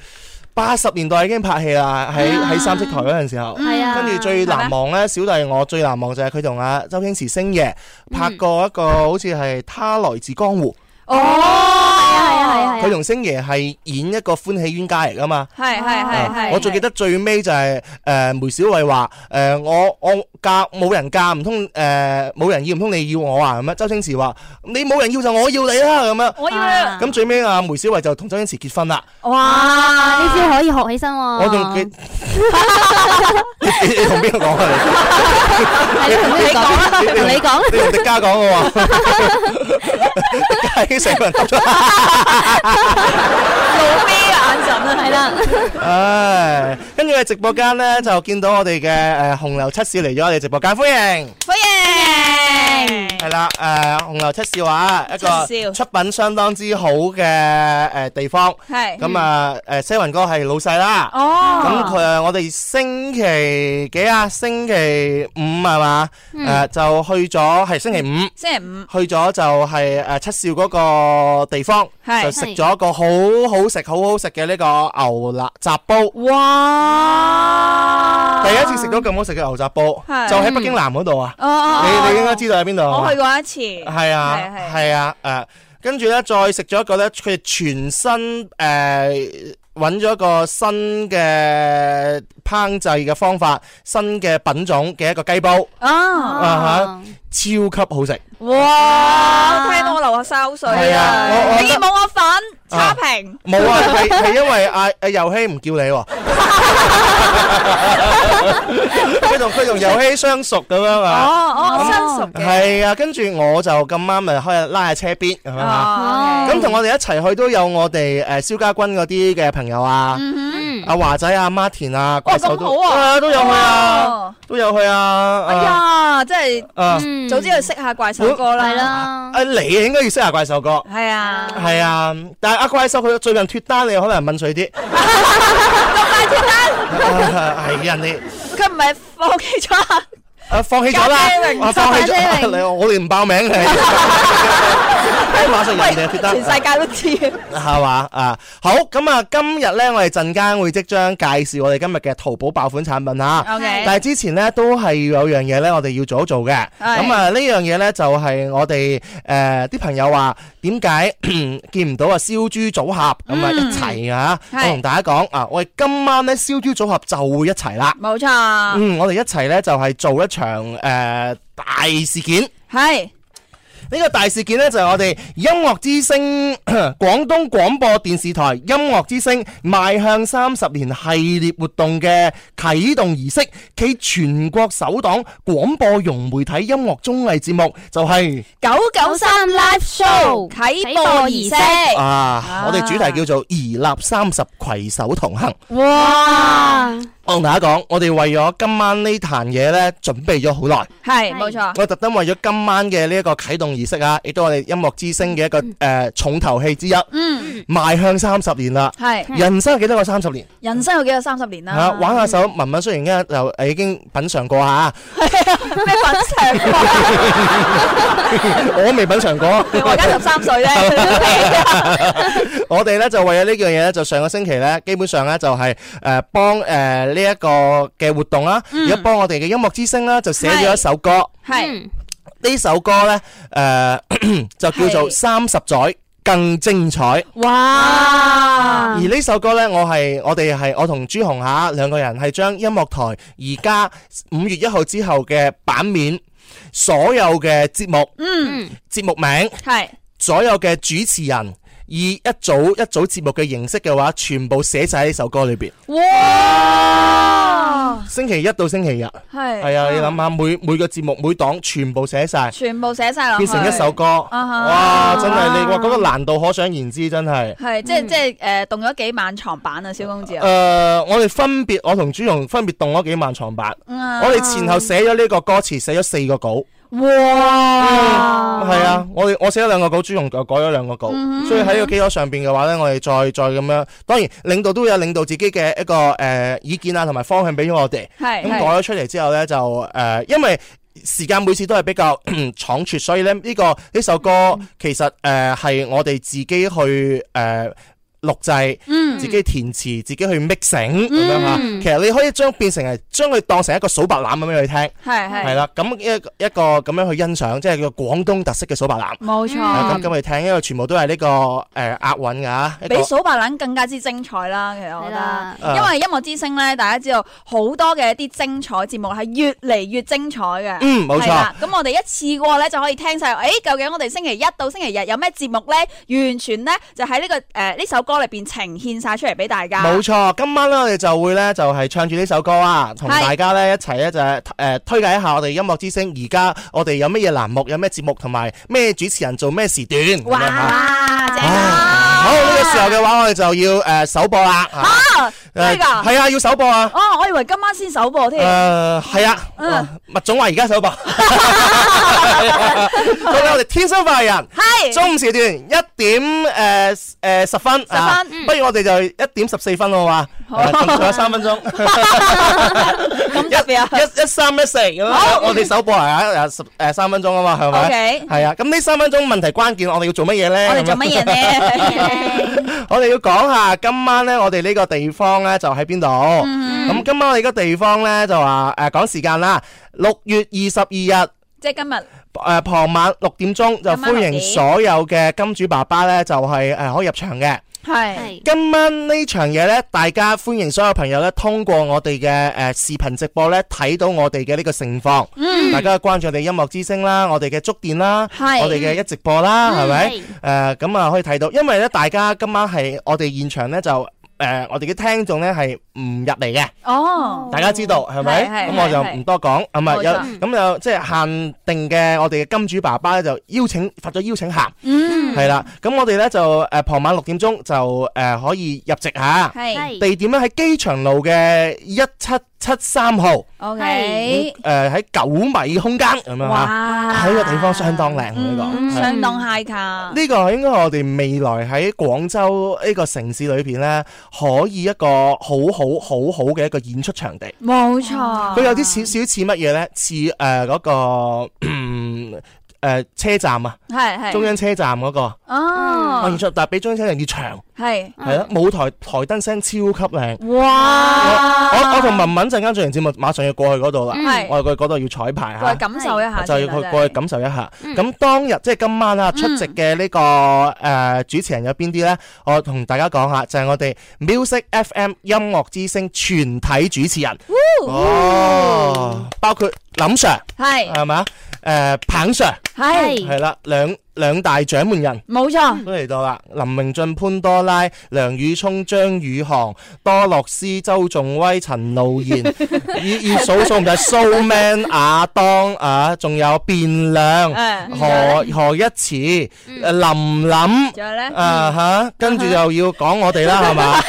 S2: 八十年代已經拍戲啦，喺喺三色台嗰陣時候。
S4: 演員，係啊，
S2: 跟住最難忘咧，小弟我最難忘就係佢同阿周星馳星爺拍過一個好似係《他來自江湖
S3: 哦，係
S4: 係啊係啊》，
S2: 佢
S4: 係啊，
S2: 同星爺係演一個歡喜冤家嚟噶嘛。
S3: 係係係
S2: 啊
S3: 係。
S2: 我最記
S3: 得
S2: 得最尾就係誒梅小慧話誒我我嫁冇人嫁唔通誒呃冇人要唔通你要我啊咁樣，周星馳話你冇人要就我要你啦咁樣。
S3: 我要
S4: 啊
S2: 咁最尾阿梅小慧就同周星馳結婚啦。
S3: 哇
S4: 呢招可以學起身喎，
S2: 我仲記你你同邊個講啊？
S4: 係同你講啦，
S2: 你
S4: 同你講啦。
S2: 你同迪嘉講嘅喎，迪嘉已經成個人揼咗。
S3: 老咩嘅眼神啊，
S4: 係啦，
S2: 唉，跟住喺直播間咧就見到我哋嘅誒紅牛七少嚟咗我哋直播間，歡迎。
S3: 歡迎。
S2: 係啦，誒紅牛七少啊，一
S3: 七
S2: 個
S3: 少
S2: 出品相當之好嘅誒地方。
S3: 係
S2: 咁啊，誒西雲哥係老細啦。
S3: 哦，
S2: 咁佢啊，我哋星期幾啊？星期五係嘛？誒就去咗係星期五。
S3: 星期五
S2: 去咗就係誒七少嗰個地方，
S3: 係
S2: 就食咗一個好好食、好好食嘅呢個牛肋雜煲。
S3: 哦哇！
S2: 第一次食到咁好食嘅牛雜煲，
S3: 係
S2: 就喺北京南嗰度啊！
S3: 哦哦，
S2: 你你應
S3: 應
S2: 該知道喺邊度啊
S3: 我去過一次，係
S2: 係啊，係啊，誒，跟住咧再食咗一個咧，佢哋全新誒揾咗一個新嘅烹製嘅方法、新嘅品種嘅一個雞煲，
S3: 啊！
S2: 啊嚇，超級好食。
S3: 哇！聽到我流下口水
S2: 係啊我我
S3: 你冇我份，差評。
S2: 冇 啊，係係因為阿阿遊希唔叫你喎，佢同佢同遊希相熟咁樣
S3: 哦
S2: 啊，
S3: 哦，新熟嘅。
S2: 係啊，跟住我就咁啱咪開拉喺車邊咁樣啊。
S3: 哦
S2: 咁同我哋一齊去都有我哋誒蕭家軍嗰啲嘅朋友啊，
S4: 嗯，
S2: 阿華仔啊、Martin 啊、怪獸都
S3: 咁好啊
S2: 啊都有去啊，
S3: 哦
S2: 都有去啊。
S3: 哎
S2: 啊
S3: 呀，真係
S2: 啊，
S4: 嗯
S3: 早知去識下怪獸哥啦。
S4: 係，啦，
S2: 啊你應該要識下怪獸哥。
S3: 係啊，
S2: 係啊，但係阿怪獸佢最近脱單，你可能問水啲。 咁快脱單？係人哋
S3: 佢唔係放棄咗啊
S2: 哎啊放棄咗啦
S3: 咖啡，零
S2: 啊放棄咗
S4: 咖
S2: 啊，
S4: 啡零
S2: 你我哋唔爆名嘅，喺馬上人哋脱單
S3: 全，世界都知。
S2: 係嘛啊？好咁啊，今日咧我哋陣間會即將介紹我哋今日嘅淘寶爆款產品嚇。
S3: O K，
S2: 但係之前呢，都係有樣嘢呢，我哋要做一做嘅。
S3: 係
S2: 咁啊，呢樣嘢呢，就係我哋誒啲朋友話點解 見唔到啊燒豬組合咁啊、一齊啊？我
S3: 嗯係
S2: 同大家講啊，我哋今晚呢，燒豬組合就會一齊啦。
S3: 冇錯，
S2: 嗯，我哋一齊呢，就係、做一場誒、呃大事件。
S3: 係
S2: 呢個大事件呢，就係我哋音樂之聲 廣東廣播電視台音樂之聲邁向三十年系列活動嘅啟動儀式，暨全國首檔廣播融媒體音樂綜藝節目，就係、
S3: 九九
S4: 九
S3: 三
S4: 三 live show
S3: 啟播儀式。
S2: 啊，我哋主題叫做移立三十攜手同行。
S3: 哇，
S2: 我同大家講，我哋為咗今晚呢壇嘢呢，準備咗好耐。
S3: 係冇錯，
S2: 我特登為咗今晚嘅呢一個啟動儀式啊，亦都係我哋音樂之聲嘅一個誒、呃重頭戲之一。
S3: 嗯，
S2: 邁向三十年啦。
S3: 係
S2: 人生有幾多個三十年
S3: 人生有幾有三十年
S2: 啊
S3: 啦？？
S2: 玩下手，文文雖然而家就呃已經品嚐過 下，
S3: 咩粉腸啊？
S2: 我未品嚐過。
S3: 我 而家十三 歲啫，
S2: 我哋咧就為咗呢樣嘢咧，就上個星期咧，基本上咧就係誒幫誒呢一個嘅活動啦，而家幫我哋嘅音樂之聲啦，就寫咗一首歌。
S3: 嗯係
S4: 嗯
S2: 呢首歌咧誒 就叫做《
S3: 係
S2: 三十載更精彩》。
S3: 哇啊
S2: 而，呢首歌呢，我係我哋係我同朱紅嚇兩個人係將音樂台而家五月一號之後嘅版面、所有嘅節目、
S3: 嗯，
S2: 節目名、
S3: 係
S2: 所有嘅主持人，以一組一組節目嘅形式嘅話，全部寫晒喺呢首歌裏邊。
S3: 哇，
S2: 星期一到星期日，係
S3: 啊係
S2: 啊，你諗下每每個節目每檔全部寫晒，
S3: 全部寫晒落去，
S2: 變成一首歌，哇！
S3: 啊哈
S2: 真係你話嗰個難度可想而知，真係。
S3: 係啊即
S4: 嗯
S3: 係即係誒動咗幾晚床板啊，蕭公子
S2: 誒、
S3: 啊，
S2: 呃我哋分別我同朱紅分別動咗幾萬床板。
S3: 嗯啊
S2: 我哋前後寫咗呢個歌詞，寫咗四個稿，
S3: 哇，
S2: 係啊，我哋我寫咗兩個稿，朱紅就改咗兩個稿，
S3: 嗯
S2: 所以喺呢個基礎上邊嘅話呢，我哋再再咁樣，當然領導都有領導自己嘅一個誒、呃意見啊，同埋方向俾咗我哋，
S3: 係
S2: 咁改
S3: 係
S2: 咗出嚟之後呢，就誒、呃因為。時間每次都係比較
S3: 嗯
S2: 倉促，所以咧呢、呢個呢首歌其實誒係、我哋自己去誒、呃、錄製，
S3: 嗯
S2: 自己填詞，自己去 mixing 咁樣嚇。
S4: 嗯
S2: 其實你可以將變成係將佢當成一個數白欖咁樣去聽。
S3: 係係
S2: 係啦，咁一個一個咁樣去欣賞，即係叫廣東特色嘅數白欖。
S3: 冇
S4: 嗯
S3: 錯。
S2: 啊咁咁去聽，因為全部都係呢個誒押韻㗎，一個啊
S3: 比數白蘭更加之精彩啦，其實我覺
S4: 係啦
S3: 得，因為音樂之星咧，大家知道好多嘅一啲精彩節目係越嚟越精彩嘅。
S2: 嗯冇錯
S3: 係啦咁我哋一次過咧就可以聽晒，誒究竟我哋星期一到星期日有咩節目咧？完全咧就喺呢個誒呢首歌歌裏边呈現晒出嚟俾大家。
S2: 冇錯，今晚咧我哋就會咧就係唱住呢首歌啊，同
S3: 係
S2: 大家咧一齊咧就係誒推介一下我哋音樂之星而家我哋有乜嘢欄目，有咩節目，同埋咩主持人做咩時段咁樣嚇。
S3: 哇，正
S2: 啊
S3: 啊！
S2: 好呢個時候嘅話，我哋就要誒首播啦嚇。
S3: 啊，真係㗎
S2: 係啊，要首播啊。
S3: 哦，我以為今晚先首播添。
S2: 誒係啊，
S3: 嗯
S2: 哇麥總話而家首 播。好啦，我哋天生快人。
S3: 係
S2: 中午時段一點誒誒十分，
S3: 分
S2: 啊
S3: 嗯
S2: 不如我哋就一點十四分好嘛？誒仲仲有三 分鐘，
S3: 咁特 別啊！
S2: 一一三一四咁
S3: 好
S2: 樣，我哋首播係啊誒十誒三分鐘啊嘛，係咪
S3: OK？
S2: 係啊，咁呢三分鐘問題關鍵，我哋要做乜嘢咧？
S3: 我哋做乜嘢呢？
S2: 我哋要講下今晚咧，我哋呢個地方咧就喺邊度？
S3: 嗯
S2: 咁今晚我哋個地方咧就話誒講時間啦，六月二十二日。
S3: 即係今日
S2: 誒傍晚六點鐘就
S3: 傍
S2: 歡
S3: 晚六
S2: 迎
S3: 點
S2: 所有嘅金主爸爸咧，就係、誒可以入場嘅。
S3: 係
S4: 係
S2: 今晚呢場嘢呢，大家歡迎所有朋友呢，通過我哋嘅誒視頻直播呢，睇到我哋嘅呢個盛況。
S3: 嗯
S2: 大家關注我哋音樂之聲啦，我哋嘅觸電啦，
S3: 係
S2: 我哋嘅一直播啦，
S4: 嗯
S2: 係咪
S4: 係？
S2: 誒咁啊，可以睇到，因為呢，大家今晚係我哋現場呢，就誒、我哋嘅聽眾呢，係唔入嚟嘅。
S3: 哦，
S2: 大家知道係
S3: 係
S2: 咪？
S3: 係
S2: 咁我就
S3: 係係
S2: 唔多講，咁啊
S3: 冇
S2: 有
S3: 錯
S2: 咁有即係限定嘅，我哋嘅金主爸爸咧就邀請發咗邀請函，
S3: 嗯，
S2: 係啦，咁我哋咧就誒傍晚六點鐘就誒可以入席嚇，
S3: 係
S4: 係
S2: 地點咧喺機場路嘅一七七三號，誒
S3: OK，
S2: 喺九米空間咁樣嚇，
S3: 哇，嗯
S2: 喺個地方相當靚，我同你講。係
S3: 相當 high 卡，
S2: 呢個應該係我哋未來喺廣州呢個城市裏邊呢，可以一個好好好好嘅一個演出場地。
S3: 冇錯，
S2: 佢有啲少少似乜嘢咧？似誒嗰個 誒、呃、車站啊，
S3: 係係啊
S2: 中央車站嗰、個。我現
S3: 哦，
S2: 場但係比中央車站要長，
S3: 係
S2: 係啦，舞台台燈聲超級靚。
S3: 哇，
S2: 我我同文文陣間做完節目，馬上要過去嗰度啦。
S3: 啊嗯
S2: 嗯
S3: 係
S2: 我哋過去嗰度要彩排
S3: 過
S2: 嚇
S3: 去。感受一下
S2: 就
S3: 先
S2: 要去
S3: 啦，真係嗯
S2: 過去感受一下。咁當日即係今晚啊，出席嘅呢個誒主持人有邊啲呢？我同大家講下，就係我哋 Music FM 音樂之聲全體主持人。哦，包括林 Sir
S3: 係
S2: 係咪啊？誒彭 Sir
S3: 係
S2: 係啦，兩兩大掌門人。
S3: 冇錯，
S2: 都嚟到啦！林明俊、潘多拉、梁宇聰、張宇航、多洛斯、周仲威、陳露賢，要要數數唔晒 So Man、亞當啊，仲有變亮、
S3: 誒
S2: 何何一慈、誒林林。
S3: 仲有咧，
S2: 啊吓，跟住就要講我哋啦，係嘛？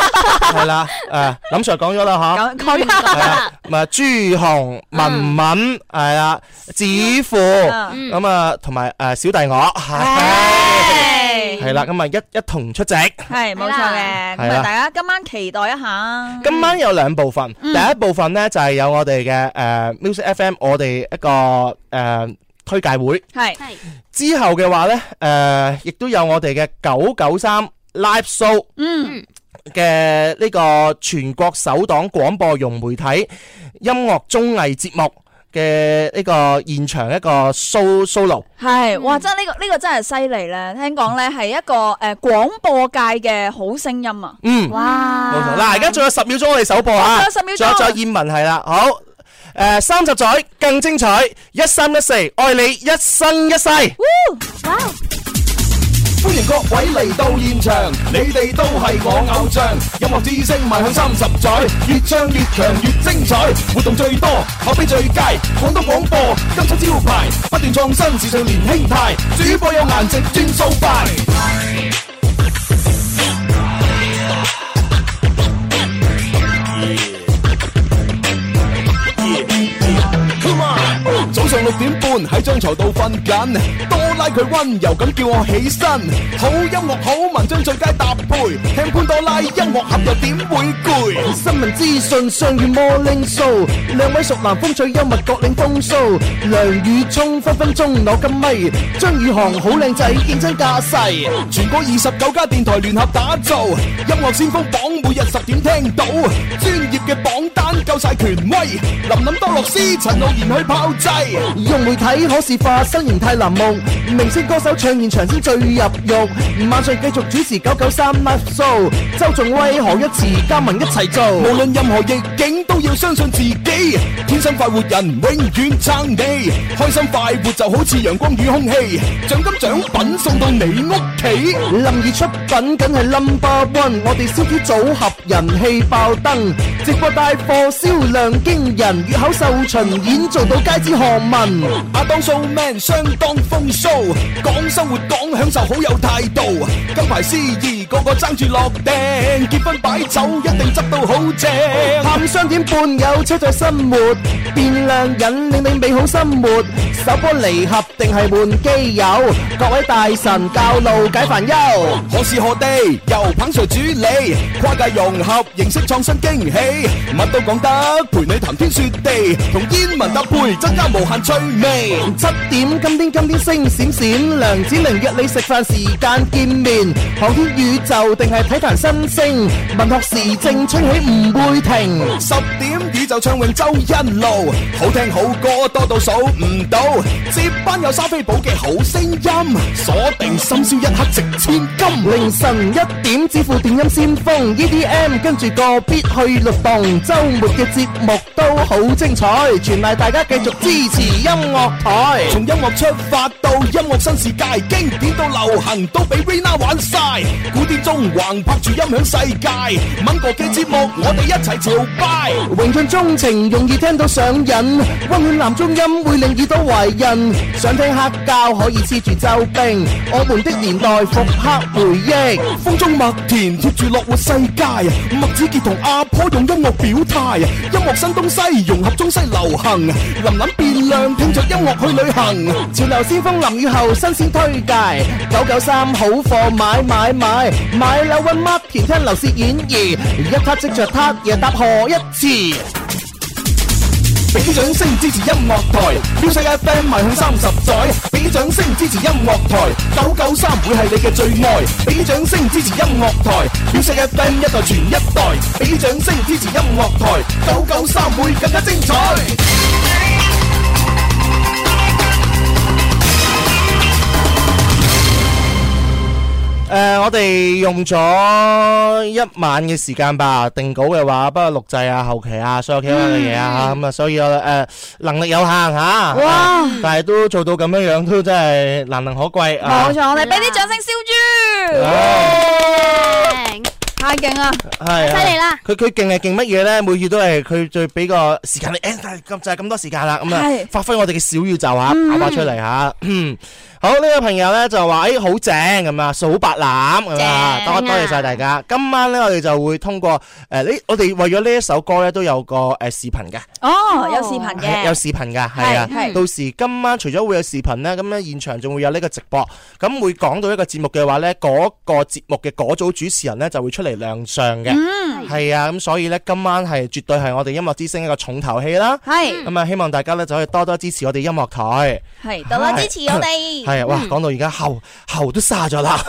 S2: 係啦，誒，林 Sir 講咗啦吓。
S3: 咁佢
S2: 係啊，咪朱紅、文文係啦，子父
S3: 嗯
S2: 咁啊，同埋誒小弟我係
S3: 係
S2: 係啦，咁啊一一同出席。
S3: 係冇錯
S2: 係
S3: 嘅，咁
S2: 啦
S3: 啊大家今晚期待一下，
S2: 今晚有兩部分，第一部分呢就係有我哋嘅誒 Music FM，我哋一個誒推介會。
S3: 係
S4: 係
S2: 之後嘅話呢，誒亦都有我哋嘅九九三 Live Show。
S3: 嗯
S2: 嘅呢個全國首檔廣播融媒體音樂綜藝節目嘅呢個現場一個 so- solo，
S3: 係，哇！真係呢個呢個真係犀利咧，聽講咧係一個誒廣播界嘅好聲音啊！
S2: 嗯，
S4: 哇
S2: 冇錯。嗱，而家仲有十秒鐘我哋首播啊，
S3: 仲有10秒鐘
S2: 仲有仲有燕文係啦，好，誒三十載更精彩，一三一四愛你一生一世，
S7: 歡迎各位嚟到現場，你哋都係我偶像。音樂之聲邁向三十載，越唱越強越精彩，活動最多，口碑最佳，廣東廣播金漆招牌，不斷創新，時尚年輕態，主播有顏值轉數快。Come on！早上六點半喺張床度瞓緊，多拉佢温柔咁叫我起身。好音樂好文章最佳搭配，聽潘多拉音樂盒又點會攰？
S2: 新聞資訊雙語 morning show，兩位熟男風趣幽默各領風騷，梁宇聰分分鐘攞金咪，張宇航好靚仔認真架勢。
S7: 全國二十九家電台聯合打造音樂先鋒榜，每日十點聽到，專業嘅榜單夠晒權威。林林多樂斯、陳浩然去炮製，
S8: 用媒體可視化新形態林夢，明星歌手唱現場先最入肉。晚上繼續主持九九三 live show，周仲威、何一慈、嘉文一齊做。
S7: 无论任何逆境都要相信自己，天生快活人永远撑你，开心快活就好似阳光与空气，奖金奖品送到你屋企。
S8: 林儿出品梗係 number one，我哋燒豬組合人氣爆燈，直播帶貨銷量驚人，粵口秀巡演做到街知巷聞。
S7: 阿當 show man 相當風騷，講生活講享受好有態度，金牌司儀個個爭住落訂，結婚擺酒一定執到好正。
S8: 下午雙點半有車載生活，變量引領你美好生活。首波離合定係換機友，各位大神教路解煩憂。
S7: 何時何地由彭 Sir 主理，跨界融合形式創新驚喜，乜都講得，陪你談天說地，同煙民搭配增加無限趣味。
S8: 七點今天今天星閃閃，梁子玲約你食飯時間見面，航天宇宙定係體壇新星，文學時政吹起唔會停。
S7: 十點宇宙唱詠周一路，好聽好歌多到數唔到，接班有莎菲寶嘅好聲音，鎖定深宵一刻值千金。
S8: 凌晨一點支付電音先鋒 EDM，跟住個必去律動，周末嘅節目都好精彩，全賴大家繼續支持音樂台。
S7: 從音樂出發到音樂新世界，經典到流行都俾 Rina 玩晒。古典中橫拍住音響世界，揾個嘅節目我哋一齊朝拜。
S8: 榮俊鍾情容易聽到上癮，温暖男中音會令耳朵懷孕。想聽黑膠可以黐住周冰，我們的年代復刻回憶。
S7: 風中麥田貼住樂活世界，麥子傑同阿婆用音樂表態，音樂新東西融合中西流行，林林變亮聽着音樂去旅行。
S8: 潮流先鋒淋雨後新鮮推介，九九三好貨買買買，買樓揾乜田聽樓市演繹，一撻即着撻，夜搭何一次。
S7: 俾啲掌聲支持音樂台，music FM 邁向三十載。俾啲掌聲支持音樂台，九九三會係你嘅最愛。俾啲掌聲支持音樂台，music FM 一代傳一代。俾啲掌聲支持音樂台，九九三會更加精彩。
S2: 誒、我哋用咗一晚嘅時間吧，定稿嘅話，不過錄製啊、後期啊、所有其他嘅嘢啊，咁啊、所以我誒、能力有限嚇，哇！但係都做到咁樣樣，都真係難能可貴啊
S3: 冇！錯，我哋俾啲掌聲燒豬，
S2: Ờ.
S4: 勁
S3: 太勁啦！
S2: 係
S4: 犀利啦！
S2: 佢佢勁係勁乜嘢咧？每次都係佢最俾個時間你，誒咁就係咁多時間啦，咁啊
S3: 係
S2: 發揮我哋嘅小宇宙嚇，爆發出嚟嚇。 好呢個朋友咧就話：，誒好正咁啊，數白欖咁啊，
S4: 正
S2: 多
S4: 啊
S2: 多謝晒大家。今晚咧我哋就會通過誒呢，我哋為咗呢一首歌咧都有個誒視頻嘅，
S3: 哦，有視頻
S2: 係有
S3: 嘅，
S2: 視頻㗎，係啊。
S3: 係
S2: 到時今晚除咗會有視頻咧，咁咧啊現場仲會有呢個直播。咁每講到一個節目嘅話咧，嗰個節目嘅嗰組主持人咧就會出嚟亮相嘅。
S3: 嗯，
S2: 係啊，咁所以呢，今晚係絕對係我哋音樂之星一個重頭戲啦。
S3: 係
S2: 咁啊，希望大家呢就可以多多支持我哋音樂台。
S3: 係多多支持我哋。
S2: 係啊，哇，講到而家喉喉都沙咗 啦。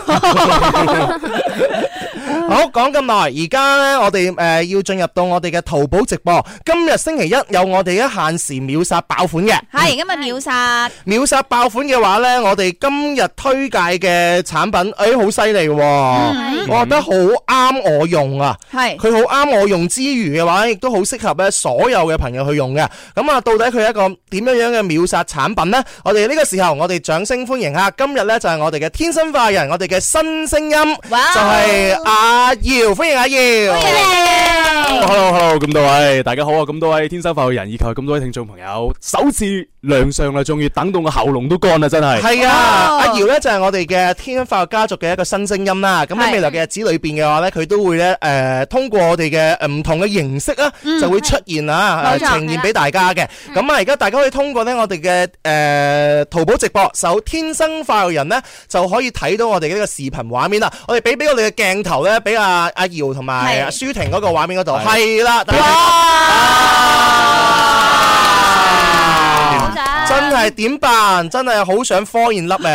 S2: 好，講咁耐，而家呢，我哋誒要進入到我哋嘅淘寶直播。今日星期一有我哋嘅限時秒殺爆款嘅。
S3: 係今日秒殺，
S2: 秒殺爆款嘅話呢，我哋今日推介嘅產品，誒、哎好犀利喎！我覺得好啱我用啊！
S3: 係
S2: 佢好啱我用之餘嘅話，亦都好適合咧所有嘅朋友去用嘅。咁啊，到底佢係一個點樣樣嘅秒殺產品呢？我哋呢個時候，我哋掌聲歡迎啊！今日呢，就係我哋嘅天生化人，我哋嘅新聲音，就
S3: 哇
S2: 係阿耀，歡迎阿耀。
S9: Hello Hello，咁多位大家好啊！咁多位天生快活人以及咁多位聽眾朋友，首次亮相啦，終於等到我喉嚨都乾啦，真係。
S2: 係啊，
S3: 哦
S2: 阿姚咧就係我哋嘅天生化學家族嘅一個新聲音啦。咁喺
S3: 係
S2: 未來嘅日子裏邊嘅話咧，佢都會咧誒、呃通過我哋嘅呃唔同嘅形式啊，就會出現啊、呃
S3: 嗯冇錯嗯
S2: 呈現俾大家嘅。咁啊，而家大家可以通過咧我哋嘅誒淘寶直播搜天生化學人咧，就可以睇到我哋呢個視頻畫面啦。我哋俾俾我哋嘅鏡頭咧，俾阿阿姚同埋
S3: 係
S2: 阿舒婷嗰個畫面嗰度，係啦，大家
S3: 哇！
S4: 好
S2: 真係係點辦？真係好想科研粒誒！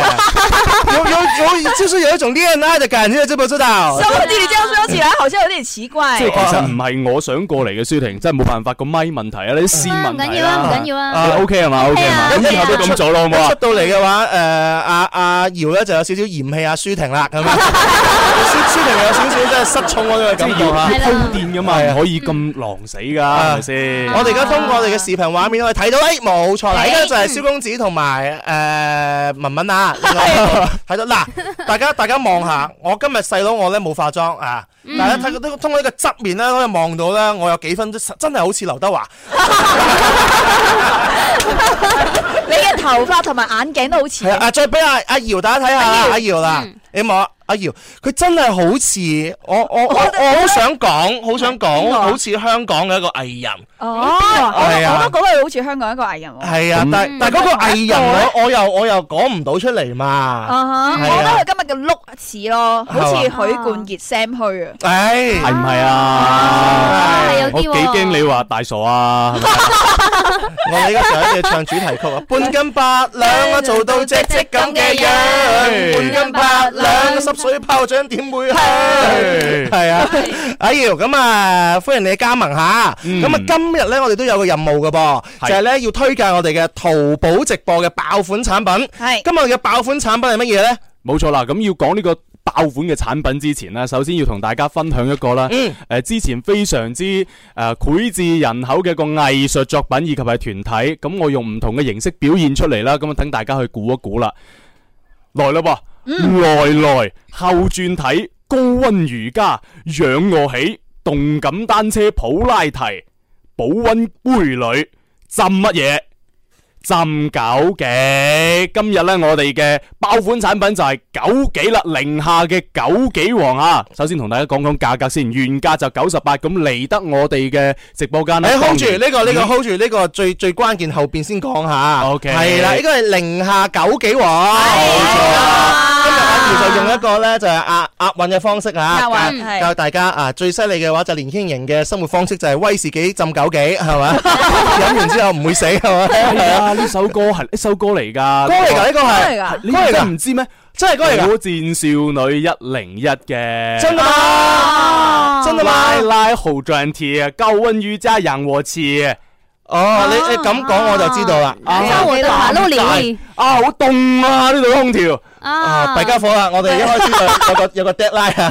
S2: 有有有，就是有一種戀愛的感覺，知不知道？
S3: 小伙计，你这样说起来好像有点奇怪
S9: 即。係其實唔係我想過嚟嘅舒婷，真係冇辦法個咪問題啊，你啲線問
S4: 唔緊
S9: 題
S4: 要啊，唔緊要
S9: 要
S4: 啊。
S9: 啊，OK 係嘛，OK
S4: OK
S9: 係嘛，
S4: 啊
S9: 咁以後都咁做咯，好唔好啊
S2: 出？到嚟嘅話，誒呃阿阿姚咧就有少少嫌棄阿舒婷啦，咁啊，舒舒婷有少少真係失寵嗰種嘅
S9: 即係
S2: 感覺
S9: 要
S2: 啊！
S9: 要
S4: 係啦
S9: 鋪墊噶嘛，唔可以咁狼死㗎，係咪先？
S2: 我哋而家通過我哋嘅視頻畫面可以睇到，誒冇錯啦，而家就啊係蕭公子同埋誒文文啊，睇到嗱，大家大家望下，我今日細佬我咧冇化妝啊，大家睇到通過呢個側面咧可以望到咧，我有幾分真係好似劉德華，
S3: 你嘅頭髮同埋眼鏡都好似
S2: 係。啊，再俾阿阿姚大家睇下阿姚嗯啦，你望下啊阿姚，佢真係好似我我我我好想講，好想講，好似香港嘅一個藝人。
S3: 哦，
S2: 係啊
S3: 我我都覺得佢好似香港一個藝人喎。
S2: 係啊，但但嗰個啊藝人我我又我又講唔到出嚟嘛，
S3: 啊哈，
S2: 係
S3: 我
S2: 啊
S3: 覺得佢今日嘅 look 似咯，好似許冠傑 Sam 虛啊。
S2: 唉。
S9: 係唔係啊？
S4: 係有
S9: 我
S4: 啲
S9: 幾
S4: 喎
S9: 驚你話大傻啊！係咪
S2: 我哋而家上一隻唱主題曲啊，半斤八兩啊，做到隻積咁嘅樣，
S9: 哎
S2: 半斤八兩濕水炮仗點會香？
S9: 哎
S2: 係啊，阿姚咁啊，歡迎你加盟下。
S9: 嗯
S2: 咁啊，今日咧我哋都有個任務嘅噃，
S9: 係
S2: 就係咧要推介我哋嘅淘寶直播嘅爆款產品。
S3: 係
S2: 今日嘅爆款產品係乜嘢咧？
S9: 冇錯啦，咁要講呢個爆款嘅產品之前呢，首先要同大家分享一個啦，誒、
S2: 嗯
S9: 呃之前非常之誒膾炙人口嘅一個藝術作品以及係團體，咁我用唔同嘅形式表現出嚟啦，咁啊等大家去估一估啦。來啦噃，來來後轉體，高温瑜伽，仰卧起，動感單車，普拉提，保温杯裏浸乜嘢？浸枸杞，今日呢，我哋嘅爆款產品就係枸杞啦，寧夏嘅枸杞王啊！首先同大家講講價格先，原價就九十八，咁嚟得我哋嘅直播間啦。
S2: 你 hold 住
S9: 當然
S2: 呢個呢個 hold 住呢個最最關鍵後邊先講下。
S9: OK
S2: 係啦，呢個係寧夏枸杞王。冇錯啦今日阿姚就用一個咧就係押押韻嘅方式啊，
S3: 押韻
S2: 教
S3: 係
S2: 教大家啊最犀利嘅話就年輕人嘅生活方式就係威士忌浸枸杞係 嘛，飲完之後唔會死係嘛，
S9: 係啊，呢首歌係一首歌嚟㗎，
S2: 歌嚟㗎呢個
S3: 真係
S2: 係，
S3: 㗎，
S9: 你
S2: 歌嚟㗎
S9: 真係唔知咩？
S2: 真係歌嚟㗎，
S9: 火箭少女一零一嘅，
S2: 真㗎嘛，真㗎
S9: 拉
S2: 嘛，
S9: 拉好轉貼，高温瑜伽仰卧起，
S2: 哦你你咁講我就知道啦，
S4: 生活的馬路里
S9: 啊好凍啊！呢度空調。
S2: 啊
S4: 啊，
S2: 大家伙啦，我哋一開始就有個有個 deadline 啊。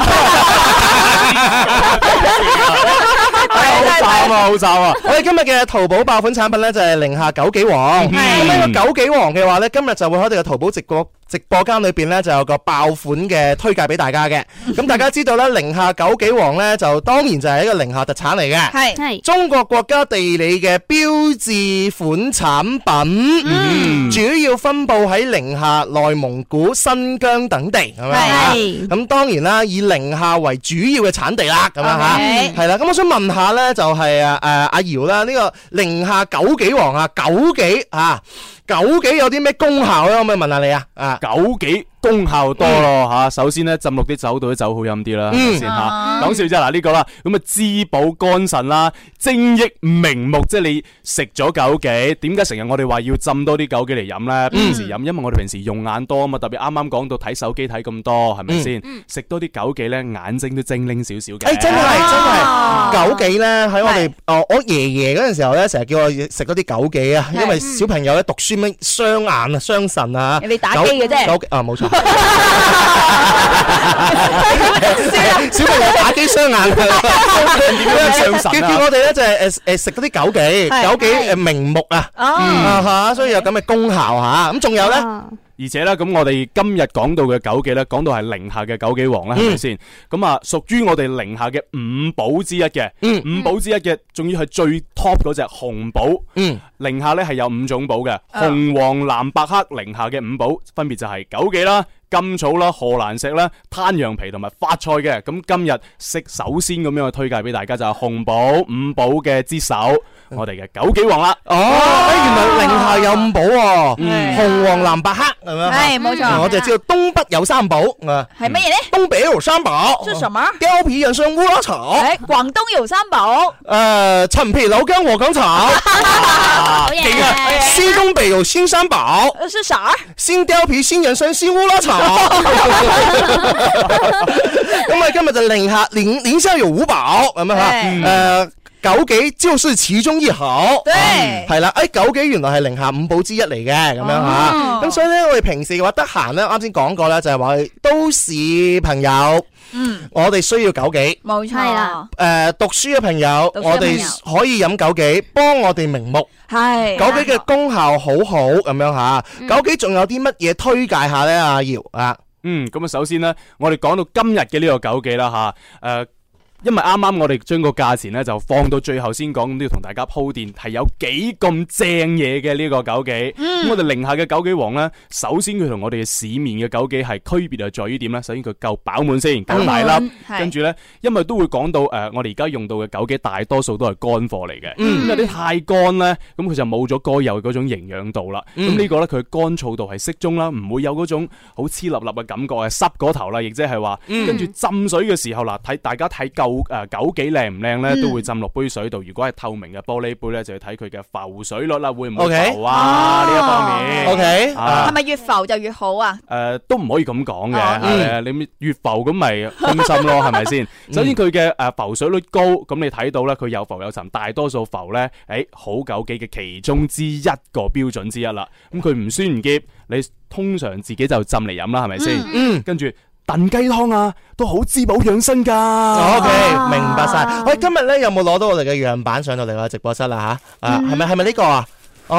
S9: 好
S2: 係
S9: 慘啊！好慘啊！
S2: 我哋今日嘅淘寶爆款產品咧就係寧夏枸杞王，咁呢個枸杞王嘅話咧，今日就會喺我哋嘅淘寶直播直播間裏邊咧就有個爆款嘅推介俾大家嘅。咁大家知道咧，寧夏枸杞王咧就當然就係一個寧夏特產嚟嘅。
S3: 係
S4: 係
S2: 中國國家地理嘅標誌款產品，主要分布喺寧夏、內蒙古、新疆等地，係咪啊
S4: 係
S2: 咁當然啦，以寧夏為主要嘅產地啦，咁樣嚇，
S3: OK
S2: 係啦。咁我想問下咧，就係啊誒阿姚啦，呢個寧夏枸杞王啊，枸杞啊，枸杞有啲咩功效咧？可唔可以問下你啊？啊，
S9: 枸杞功效多
S2: 嗯
S9: 咯吓，首先咧浸落啲酒度啲酒好飲啲啦，係咪先
S3: 啊
S9: 吓？講笑啫嗱，呢個啦，咁啊滋補肝腎啦，精益明目，即係你食咗枸杞，點解成日我哋話要浸多啲枸杞嚟飲呢？
S2: 嗯
S9: 平時飲，因為我哋平時用眼多啊嘛，特別啱啱講到睇手機睇咁多，係咪先？食多啲枸杞呢，眼睛都精靈少少嘅。
S3: Dạ.
S2: 誒真嗯係真
S3: À.
S2: 係枸杞咧，喺我哋
S3: 係
S2: 哦我爺爺嗰陣時候咧，成日叫我食嗰啲枸杞啊，因為小朋友咧讀書咩傷眼啊、傷腎啊，
S3: 人哋打機嘅啫
S2: 枸杞啊冇 錯，
S3: Ờ.
S2: 小朋友打機傷 眼啊，
S9: 點樣傷
S2: 叫
S9: 腎
S2: 叫
S9: 啊？
S2: 我哋咧就係誒誒食嗰啲枸杞，
S3: 係
S2: 枸杞誒明目啊。
S3: 哦，
S2: 啊吓，所以有咁嘅功效吓，咁仲有咧，
S4: 啊
S9: 而且咧，咁我哋今日講到嘅枸杞咧，講到係寧夏嘅枸杞王啦，
S2: 嗯
S9: 係咪先？咁啊，屬於我哋寧夏嘅五寶之一嘅，
S2: 嗯
S9: 五寶之一嘅，仲要係最 top 嗰隻紅寶。
S2: 嗯，
S9: 寧夏咧係有五種寶嘅，紅、黃、藍、白、黑。寧夏嘅五寶分別就係枸杞啦、甘草啦、賀蘭石啦、灘羊皮同埋發菜嘅。咁今日食首先咁樣去推介俾大家就係紅寶五寶嘅之首，我哋嘅枸杞王啦。
S2: 哦，原來寧夏有五寶喎，
S9: 嗯
S2: 紅黃藍白黑咁樣
S3: 係冇
S2: 嚇，
S3: 錯，
S2: 我就知道東北有三寶啊，
S3: 係乜嘢咧？
S2: 東北有三寶，
S3: 是什麼？
S2: 貂皮人參烏
S4: 哎
S2: 拉草，呃
S3: 誒，廣東有三寶，
S2: 誒陳皮老薑禾秆草，哇，
S4: 好嘢
S2: 停啊！新东北有新三宝，
S3: 呃是啥？
S2: 新貂皮、新人参、新乌拉 草。咁啊，今日就寧下寧寧下有五寶咁啊
S4: 哎
S3: 對
S2: 誒。枸杞就是其中一好，
S3: 對
S2: 嗯係啦，誒枸杞原來係寧夏五寶之一嚟嘅，咁
S4: 哦
S2: 樣嚇，咁、所以咧我哋平時嘅話得閒咧，啱先講過啦，就係話都市朋友，
S3: 嗯，
S2: 我哋需要枸杞，
S3: 冇錯
S4: 係啦，
S2: 誒、讀書嘅朋友，
S3: 讀書嘅
S2: 我
S3: 朋
S2: 哋
S3: 友
S2: 可以飲枸杞，幫我哋明目。
S3: 係
S2: 枸杞嘅功效好好咁樣吓，枸杞仲有啲乜嘢推介下咧？阿姚啊，
S9: 嗯，咁啊，首先呢，我哋講到今日嘅呢個九記啦吓，诶、因為啱啱我哋將個價錢呢就放到最後先講，咁都要同大家鋪墊係有幾咁正嘢嘅呢個九記。咁、我哋寧夏嘅九記王呢，首先佢同我哋嘅市面嘅九記係區別係在於點呢？首先佢夠飽滿先，夠大粒。跟住呢，因為都會講到誒、呃我哋而家用到嘅枸杞大多數都係乾貨嚟嘅，因為啲太乾呢，咁佢就冇咗該有嗰種營養度啦。咁呢、個呢，佢乾燥度係適中啦，唔會有嗰種好黐立立嘅感覺，係濕嗰頭啦，亦即係話，跟住浸水嘅時候嗱，睇大家睇夠誒枸杞靚唔靚呢，都會浸落杯水度。如果係透明嘅玻璃杯呢，就要睇佢嘅浮水率啦，會唔會
S2: OK
S9: 浮啊呢一方面。
S2: ，OK，
S9: 啊
S3: 係咪越浮就越好啊？
S9: 誒、呃都唔可以咁講嘅，
S3: 哦
S9: 係啊你越浮咁咪空心咯，係咪先？首先佢嘅誒浮水率高，咁你睇到咧，佢有浮有沉，大多數浮咧，誒、好枸杞嘅其中之一個標準之一啦。咁佢唔酸唔澀，你通常自己就浸嚟飲啦，係咪先？
S2: 嗯
S9: 跟住燉雞湯啊，都好滋補養生㗎。
S2: ，OK，
S4: 啊
S2: 明白晒。喂，今日咧有冇攞到我哋嘅樣板上到嚟我哋直播室啦吓？啊，係咪係咪呢個啊？哦，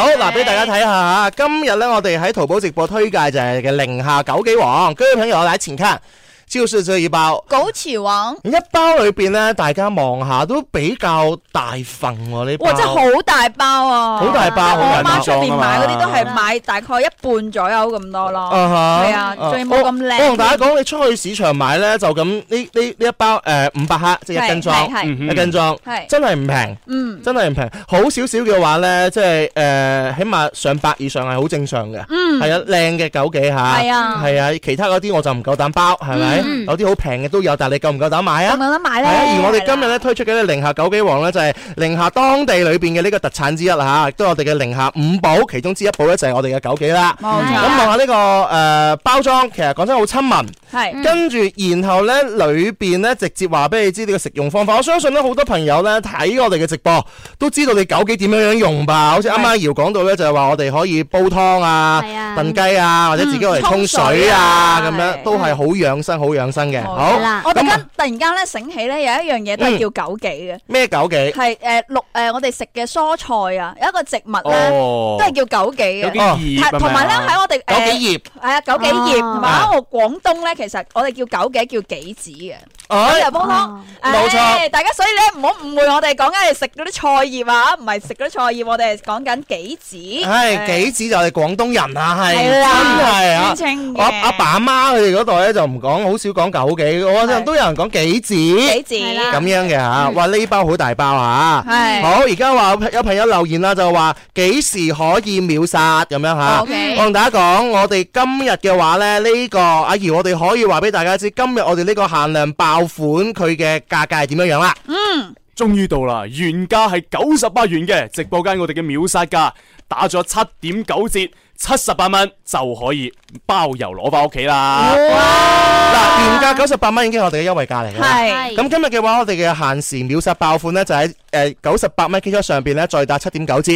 S2: 好嗱，俾大家睇下吓，今日咧我哋喺淘寶直播推介就係嘅寧夏枸杞王，各位朋友來請看，就是這一包。
S3: 枸杞王，
S2: 一包裏邊咧，大家望下都比較大份喎呢包，
S3: 哇，真係好大包啊！
S2: 好大包，好大
S3: 我媽
S2: 包
S3: 出。邊買嗰啲都係買大概一半左右咁多咯。
S2: 啊哈
S3: 係啊仲要冇咁靚
S2: 我我同大家講，你出去市場買咧，就咁呢呢呢一包诶五百克，即係一斤裝，
S3: 係係
S9: 嗯哼
S2: 一斤裝，
S3: 係
S2: 真係唔平，
S3: 嗯
S2: 真係唔平。好少少嘅話咧，即係诶起碼上百以上係好正常嘅，
S3: 嗯，
S2: 係啊，靚嘅枸杞吓，
S3: 係啊嗯
S2: 係啊，其他嗰啲我就唔夠膽包，係咪？有啲好平嘅都有，但係你夠唔夠膽買
S3: 咁
S2: 啊？
S3: 樣得買
S2: 係
S3: 咧。
S2: 啊，而我哋今日
S3: 係啦
S2: 咧推出嘅呢寧夏枸杞王咧，就係寧夏當地裏邊嘅呢個特產之一啦嚇，亦都係我哋嘅寧夏五寶，其中之一寶咧就係我哋嘅枸杞啦。咁
S3: 冇
S2: 望
S3: 錯，
S2: 下呢個誒包裝，其實講真好親民。
S3: 係
S2: 跟住然後呢，裏邊呢直接話俾你知呢個食用方法。我相信呢，好多朋友呢睇我哋嘅直播都知道你枸杞點樣樣用吧。好似啱啱姚講到呢，就係話我哋可以煲湯啊
S4: 係、啊
S2: 燉雞啊，或者自己攞嚟沖水啊，咁
S3: 嗯沖水啊
S2: 樣都係好養生、好養生嘅。好
S4: 係啦
S3: 我突然間突然間咧醒起咧，有一樣嘢都係叫枸杞嘅，
S2: 咩枸杞？
S3: 係誒綠誒我哋食嘅蔬菜啊，有一個植物咧
S9: 哦
S3: 都，係叫枸杞
S9: 有
S3: 嘅
S9: 幾。熱係咪啊
S3: 係同埋咧喺我哋
S2: 枸杞
S3: 誒
S2: 葉
S3: 係啊枸杞葉，
S4: 哦
S3: 同埋喺我廣東咧，其實我哋叫枸杞叫杞子嘅。
S2: 哎
S3: 又煲湯
S4: 哦，
S2: 冇錯
S3: 唉大家所以咧唔好誤會我哋講緊係食嗰啲菜葉啊，唔係食嗰啲菜葉，我哋係講緊杞子。Ờ.
S2: 係杞子就係廣東人啊，係
S3: 係
S2: 真
S3: 啦
S2: 係啊
S3: 先！稱嘅
S2: 我阿爸阿媽佢哋嗰代咧就唔講，好少講枸杞，我嗰陣
S3: 係
S2: 都有人講杞子
S3: 杞子嗯
S4: 係啦
S2: 咁樣嘅嚇。哇！呢包好大包嚇。
S3: 係
S2: 好，而家話有朋友留言啦，就話幾時可以秒殺咁樣嚇。
S3: 哦 OK
S2: 我同大家講，我哋今日嘅話咧，呢個阿怡，我哋可以話俾大家知，今日我哋呢個限量爆款佢嘅價格係點樣樣啦。
S9: 終於到啦，原價係九十八元嘅，直播間我哋嘅秒殺價打咗七點九折，七十八蚊就可以包郵攞翻屋企啦。
S2: 嗱，原價九十八蚊已經係我哋嘅優惠價嚟㗎啦。
S3: 係
S2: 咁今日嘅話，我哋嘅限時秒殺爆款呢，就喺誒九十八蚊基礎上邊呢，再打七點九折，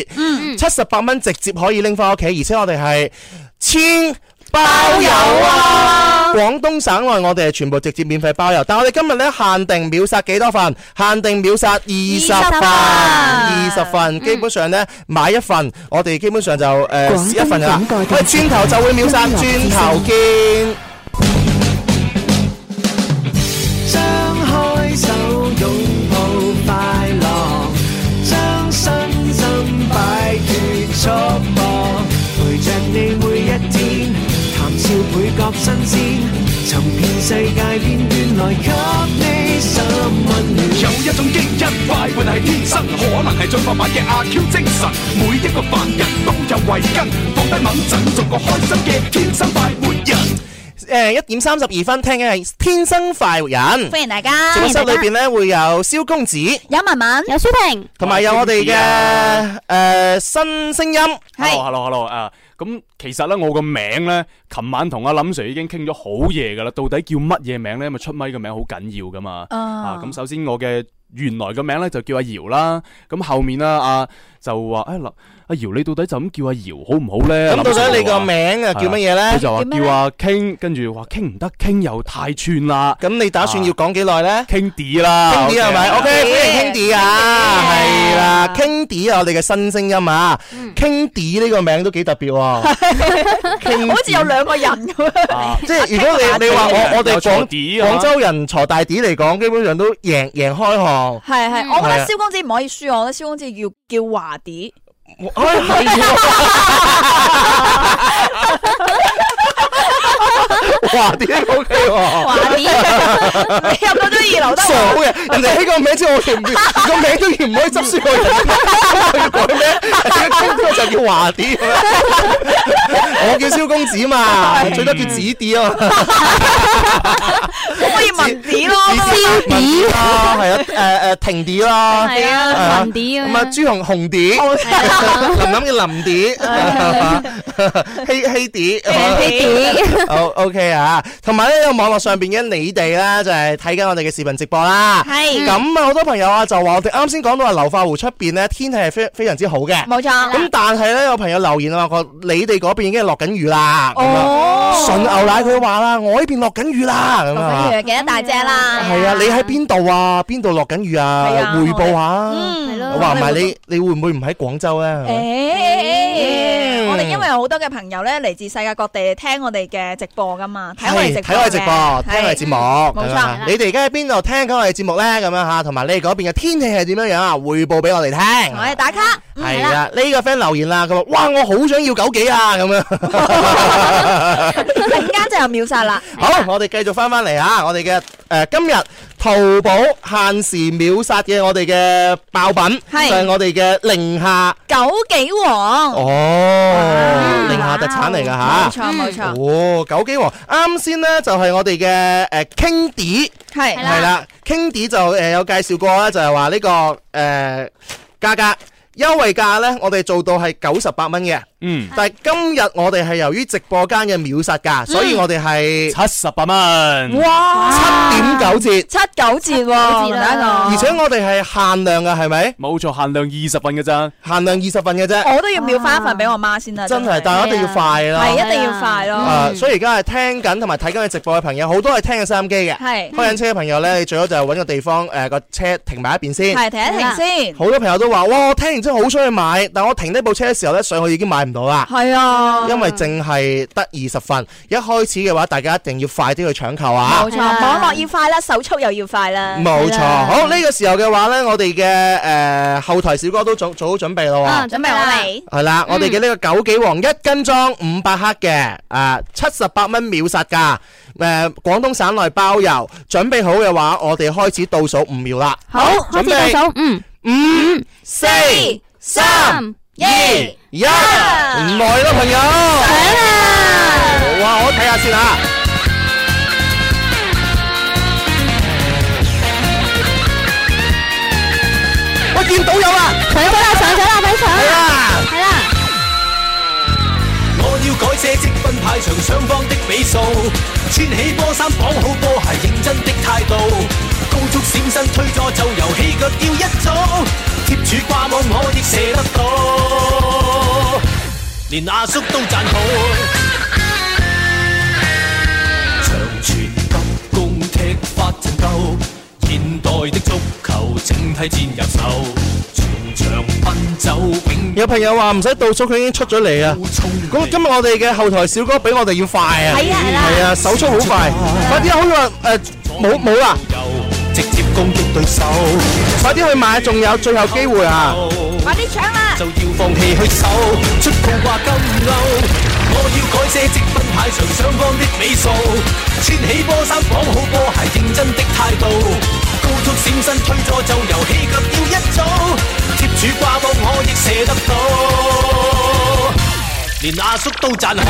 S2: 七十八蚊直接可以拎翻屋企，而且我哋係千包郵啊！廣東省內我哋係全部直接免費包郵，但我哋今日呢，限定秒殺幾多份？限定秒殺二十份，嗯二
S3: 20
S2: 十份，基本上呢，買一份，我哋基本上就誒、呃、
S5: 廣東
S2: 試一份㗎啦
S5: 廣播。
S2: 喂，轉頭就會秒殺，
S5: 音樂之
S2: 轉
S5: 聲
S2: 頭見。
S5: 張開手擁抱快樂，將身心擺脱束縛，陪着你每一天，談笑倍覺新鮮，尋遍世界邊端來給你心温暖。
S7: 有一種基因快活係天生，可能係進化版嘅阿 Q 精神。每一個凡人都有慧根，放低猛陣，做個開心嘅天生快活人。
S2: 誒、呃誒一點三十二分聽嘅係《天生快活人》，
S3: 歡啊迎大家嗯
S2: 直，播室裏邊咧會有蕭公子，
S3: 有文文，
S4: 有舒婷，
S2: 同埋有我哋嘅誒新聲音。
S3: 係
S9: hello，hello，hello，啊，咁其實咧，我個名咧，琴晚同阿林 Sir 已經傾咗好夜噶啦，到底叫乜嘢名咧？因為出咪個名好緊要噶嘛。啊，咁首先我嘅原來嘅名咧就叫阿姚啦，咁後面啦，啊就話誒林阿姚，你到底就咁叫阿姚好唔好咧？
S2: 咁到底你個
S9: 個？
S2: 名啊叫乜嘢
S9: 佢
S2: 咧？
S9: 就話
S3: 叫咩
S9: 叫
S3: 咧
S9: 阿傾，跟住話傾唔得，傾又太串啦，
S2: 咁你打算要講幾耐咧？
S9: 傾啲
S3: 啊
S9: 啦，
S2: Kindy 係咪？OK，歡迎 Kindy 啊，係啦
S4: 嗯
S2: ，Kindy 啊，我哋嘅新聲音啊，Kindy
S3: 嗯
S2: 呢個名都幾特別喎。
S3: 好似有兩個人咁樣，
S9: 啊
S2: 即係如果你你話我我哋
S9: 有
S2: 廣
S9: 鋤地啊
S2: 廣州人鋤大啲嚟講，基本上都贏贏開行。
S3: 係係，我覺
S2: 係啊
S3: 得蕭公子唔可以輸，我覺得蕭公子要叫華啲，
S2: 哎係 喎哇！點 OK 喎？
S3: 華啲，你入到咗二樓得
S2: 傻
S3: 喎，
S2: 嘅，人哋起個名之後，我哋唔個名都要唔可以執輸我人，我要改名，呢個就叫華啲。我叫蕭公子嘛，最多叫子啲啊嘛。
S3: 可唔可以文啲咯？
S2: 子啲啦，係啊，誒誒停啲啦。
S4: 係
S2: 啊
S4: 啊，文
S2: 咁
S4: 啲
S2: 啊，
S4: 咁
S2: 朱紅紅碟，林琳嘅林碟， 係嘛希希碟，
S4: 樣。
S2: 好 OK 啊！同埋咧，有網絡上邊嘅你哋啦，就係睇緊我哋嘅視頻直播啦。
S3: 係
S2: 咁啊，好多朋友啊就話我哋啱先講到話流化湖出邊咧，天氣係非非常之好嘅。
S3: 冇錯，
S2: 咁但係咧，有朋友留言話個你哋嗰邊已經係落緊雨啦。咁啊，
S3: 哦，
S2: 純牛奶佢話啦，我呢邊落緊雨啦。咁
S3: 咁
S2: 啊，
S3: 樣幾多大隻啦？
S2: 係啊，你喺邊度啊？邊度落緊雨
S3: 係啊
S2: 啊？匯報下啊。
S3: 嗯，
S4: 係咯
S2: 話唔埋你，你會唔會唔喺廣州
S3: 誒
S2: 咧？嗯
S3: 我哋因為有好多嘅朋友咧嚟自世界各地聽我哋嘅直播噶嘛，睇我哋
S2: 係
S3: 直播嘅，
S2: 睇我哋直播，聽我哋節目。
S3: 冇錯
S2: 咁啊
S4: 係啦
S2: 你哋而家喺邊度聽緊我哋節目咧？咁樣吓，同埋你哋嗰邊嘅天氣係點樣樣啊？匯報俾我哋聽。
S3: 係我哋打卡，嗯
S2: 係啦，呢個 friend 留言啦，佢話：哇，我好想要九幾啊！咁樣。
S3: 突然間就又秒殺啦，
S2: 好，我哋繼續翻翻嚟啊！我哋嘅誒今日淘寶限時秒殺嘅我哋嘅爆品，就
S3: 係
S2: 係我哋嘅寧夏。
S3: 九幾王，
S2: 哦，寧夏
S4: 哇
S2: 特產嚟㗎吓。
S3: 冇錯冇錯，
S2: 哦，九幾王，啱先呢就係我哋嘅誒 King D
S3: 係
S4: 係啦
S2: 係啦，King D 就誒有介紹過啦，就係話呢個誒價格優惠價呢，我哋做到係九十八蚊嘅，
S9: 嗯，
S2: 但係今日我哋係由於直播間嘅秒殺價，所以我哋係
S9: 七十八蚊，
S3: 哇，
S2: 點九折，
S3: 七九折
S4: 啦
S3: 喎，同大家講
S2: 而且我哋係限量嘅，係咪？
S9: 冇錯，限量二十份嘅咋。
S2: 限量二十份嘅啫，
S3: 我都要秒翻一份俾我媽先啦，
S2: 真係，
S3: 係
S2: 但係一定要快啦。
S3: 係一定要快咯，
S2: 啊，所以而家係聽緊同埋睇緊嘅直播嘅朋友，好多係聽緊收音機嘅。
S3: 係
S2: 開緊車嘅朋友呢，你最好就係揾個地方誒個、車停埋一邊先。
S3: 係停一停先，
S2: 好多朋友都話：哇！我聽完之後好想去買，但我停呢部車嘅時候呢，上去已經買唔到啦，
S3: 係啊，
S2: 因為淨係得二十份。一開始嘅話，大家一定要快啲去搶購啊
S3: 冇！錯，
S4: 係啊
S3: 網絡要快啦，手速又要快啦，
S2: 冇錯，
S4: 係啦
S2: 好呢、個時候嘅話呢，我哋嘅誒後台小哥都做做好準備咯喎。
S4: 啊
S3: 準備好未？
S2: 係啦，我哋嘅呢個九幾黃一斤裝五百克嘅，啊七十八蚊秒殺價，誒、廣東省內包郵。準備好嘅話，我哋開始倒數五秒啦，
S4: 好，開始倒數，嗯，
S2: 五、四、三、
S4: 三，
S2: 二、一，唔耐啦，朋友。
S3: Dạ.
S2: 哇，我睇下先啊。我見到有啦，
S4: 上咗啦，上咗啦，快上
S2: 係
S4: 啦，
S2: 啦。
S4: 係啦，
S1: 我要改寫積分牌場上方的比數，穿起波衫綁好波鞋，認真的態度。高速閃身推咗就遊戲腳要一組，貼住掛網我亦射得到，連阿叔都讚好。長傳急攻踢法真夠，現代的足球整體戰入手，全場奔走永
S2: 有朋友話唔使倒數，佢已經出咗嚟啊！
S1: 不衝。
S7: Dạ.
S2: 咁今日我哋嘅後台小哥比我哋要快啊！係啊，係啊，手速好快，快啲啊！好似話誒冇冇啦，
S1: 直接攻擊對手，
S2: 快啲去買，仲有最後機會啊！
S7: Dạ.
S3: 快啲搶啦！
S1: 就要放棄去守，出套掛金鈎。我要改寫積分牌場上方的尾數，穿起波衫綁好波鞋，認真的態度。高速閃身推咗就遊戲腳要一組，貼住掛布我亦射得到，連阿叔都讚好。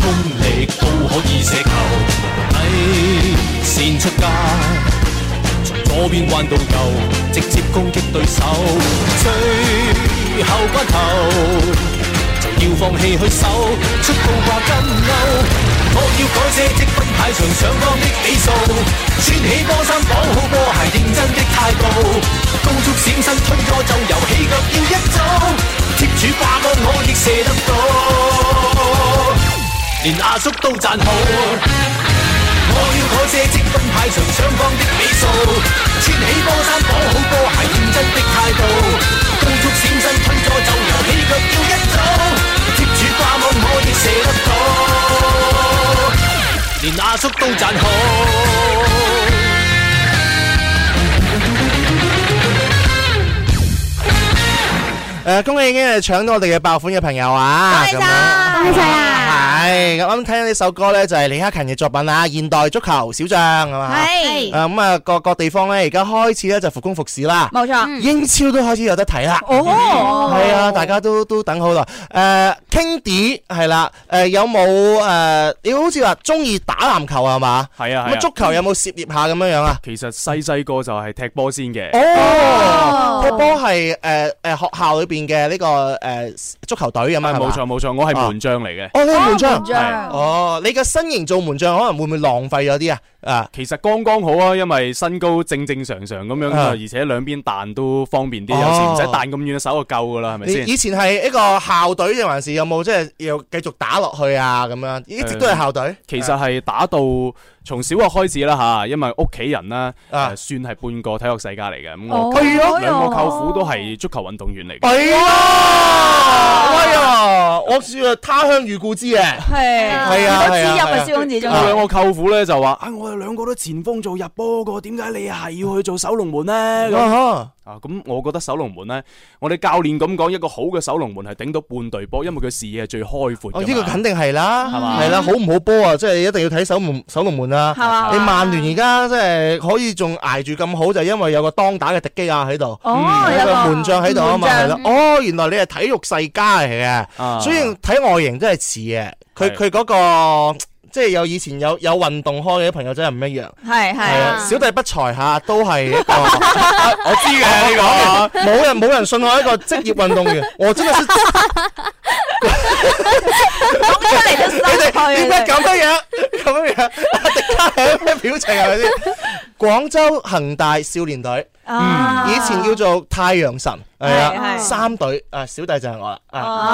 S7: 功力都可以射球。底線出界，從左邊彎到右，直接攻擊對手。最後關頭就要放棄去守，出高掛跟勾。我要改寫積分牌上上方的比數，穿起波衫綁好波鞋，認真的態度，高速閃身推咗就遊戲腳要一組，貼住掛網我亦射得到。連阿叔都讚好。我要改寫積分牌上雙方的比數，穿起波衫綁好波鞋，認真的態度，高速閃身推咗就遊戲腳要一組，貼住掛網我亦射得到，連阿叔都讚好。
S2: 誒，恭喜已經係搶到我哋嘅爆款嘅朋友啊！
S3: 恭喜晒
S2: 咁樣
S4: 恭喜晒啊
S2: 係咁啱聽呢首歌咧，就係李克勤嘅作品啊，《現代足球小將》咁啊。誒
S3: 係
S2: 咁啊，各各地方咧，而家開始咧就復工復市啦，
S3: 冇錯。
S2: 英超都開始有得睇啦。
S3: 哦，
S2: 係啊，大家都都等好耐。誒，Kindy 係啦，誒有冇誒？你好似話中意打籃球係嘛？
S9: 係啊
S2: 咁啊
S9: 係
S2: 足
S9: 啊，
S2: 球有冇涉獵下咁樣樣啊？
S9: 其實細細個就係踢波先嘅，
S2: 哦，踢波係誒誒學校裏邊嘅呢個誒足球隊咁樣
S9: 係
S2: 係
S9: 啊
S2: 嘛
S9: 冇錯。冇錯，我係門將嚟嘅。
S2: 哦，你係門將。
S9: 係
S3: 張
S2: 哦，你嘅身形做門將可能會唔會浪費咗啲啊？啊，
S9: 其實剛剛好啊，因為身高正正常常咁樣
S2: 啊
S9: 啊，而且兩邊彈都方便啲，
S2: 哦
S9: 有時唔使彈咁遠嘅手就夠噶啦，係咪
S2: 你
S9: 先？
S2: 以前係一個校隊定還是有冇即係要繼續打落去啊？咁樣一直都係校隊。
S9: 其實係打到從小學開始啦吓，因為屋企人啦，
S2: 啊
S9: 誒算係半個體育世家嚟嘅，咁我
S3: 哦
S2: 係啊咯
S9: 兩個舅父都係足球運動員嚟嘅。
S2: 哎呀，哎呀，我算係他鄉遇故知嘅。
S3: 係
S2: 係啊
S3: 都
S2: 係
S3: 知
S2: 啊
S3: 入
S2: 係
S3: 啊
S2: 啊，
S3: 蕭公子中
S9: 我
S3: 意。
S9: 兩個舅父咧就話：，啊，我哋兩個都前鋒做入波個，點解你係要去做守龍門呢？咁
S2: 啊
S9: 啊，咁我覺得守龍門呢，我哋教練咁講，一個好嘅守龍門係頂到半隊波，因為佢視野係最開闊
S2: 哦，
S9: 㗎
S2: 呢個
S9: 嘛
S2: 肯定係啦，
S9: 啊係嘛
S2: 係啦，好唔好波啊？即係一定要睇守門守龍門啊
S3: 係！嘛
S2: 你曼聯而家即係可以仲捱住咁好，就係因為有個當打嘅迪基亞喺度。
S3: 哦，
S2: 有
S3: 有
S2: 個
S3: 個
S2: 門將喺度啊嘛，係啦。哦，原來你係體育世家嚟嘅，
S9: 啊
S2: 所以睇外形真係似嘅。佢佢
S9: 係
S2: 嗰個即係有以前有有運動開嘅啲朋友真係唔一樣。
S3: 係
S2: 係
S3: 係
S4: 啊。
S2: 啊，小弟不才嚇，都係一 個啊
S9: 我知嘅呢個啊。
S2: 冇人冇人信我一個職業運動 員，我真係識。你
S3: 講出嚟都心
S2: 哋
S3: 虛
S2: 點解
S3: 啊。
S2: 咁樣樣咁樣樣？迪嘉係咩表情係咪 先？廣州恒大少年隊
S3: 啊
S2: 以前叫做太陽神，係啦，
S3: 係係
S2: 三隊啊，小弟就係我啦啊。
S3: 哦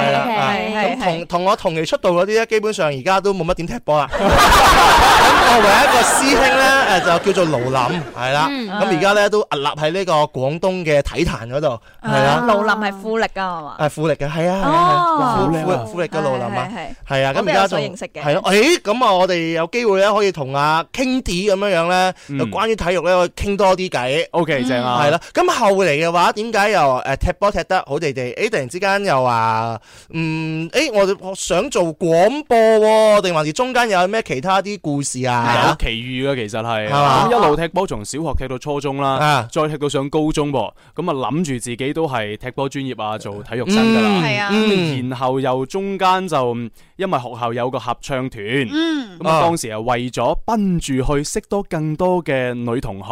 S2: 係啦，
S4: OK，
S2: 啊
S3: 係
S2: 咁
S3: 係
S2: 同同我同期出道嗰啲咧，基本上而家都冇乜點踢波 啦。咁我唯一一個師兄咧，誒就叫做盧林，係啦。
S4: 嗯
S2: 咁而家咧都屹立喺呢個廣東嘅體壇嗰度，係
S3: 啊
S2: 啦，
S3: 盧林係富力㗎係嘛？
S2: 誒富力嘅，係啊係啊，
S3: 哦
S2: 係啊富富富力嘅盧林啊
S3: 係。係係
S2: 係啊，咁
S3: 我都
S2: 而
S3: 有
S2: 家
S3: 所
S2: 仲
S3: 認識嘅
S2: 係咯，誒咁啊，我哋有機會咧可以同阿 Kindy 咁樣樣咧，就關於體育咧可以傾多啲偈。
S9: O K，正啊，
S2: 嗯係啦，咁後嚟嘅話，點解又誒踢波踢得好地地？誒突然之間又話，嗯，誒我我想做廣播喎，定還是中間有咩其他啲故事
S9: 有
S2: 啊？
S9: 奇遇嘅，其實係
S2: 係嘛
S9: 咁一路踢波，從小學踢到初中
S2: 啊
S9: 啦，再踢到上高中噃，咁啊諗住自己都係踢波專業啊，做體育生噶啦。
S3: 係
S2: à.
S3: 啊
S2: 呃嗯，
S9: 然後又中間就嗯因為學校有個合唱團，
S2: 哦
S3: 嗯。
S9: 咁啊當時係為咗奔住去識多更多嘅女同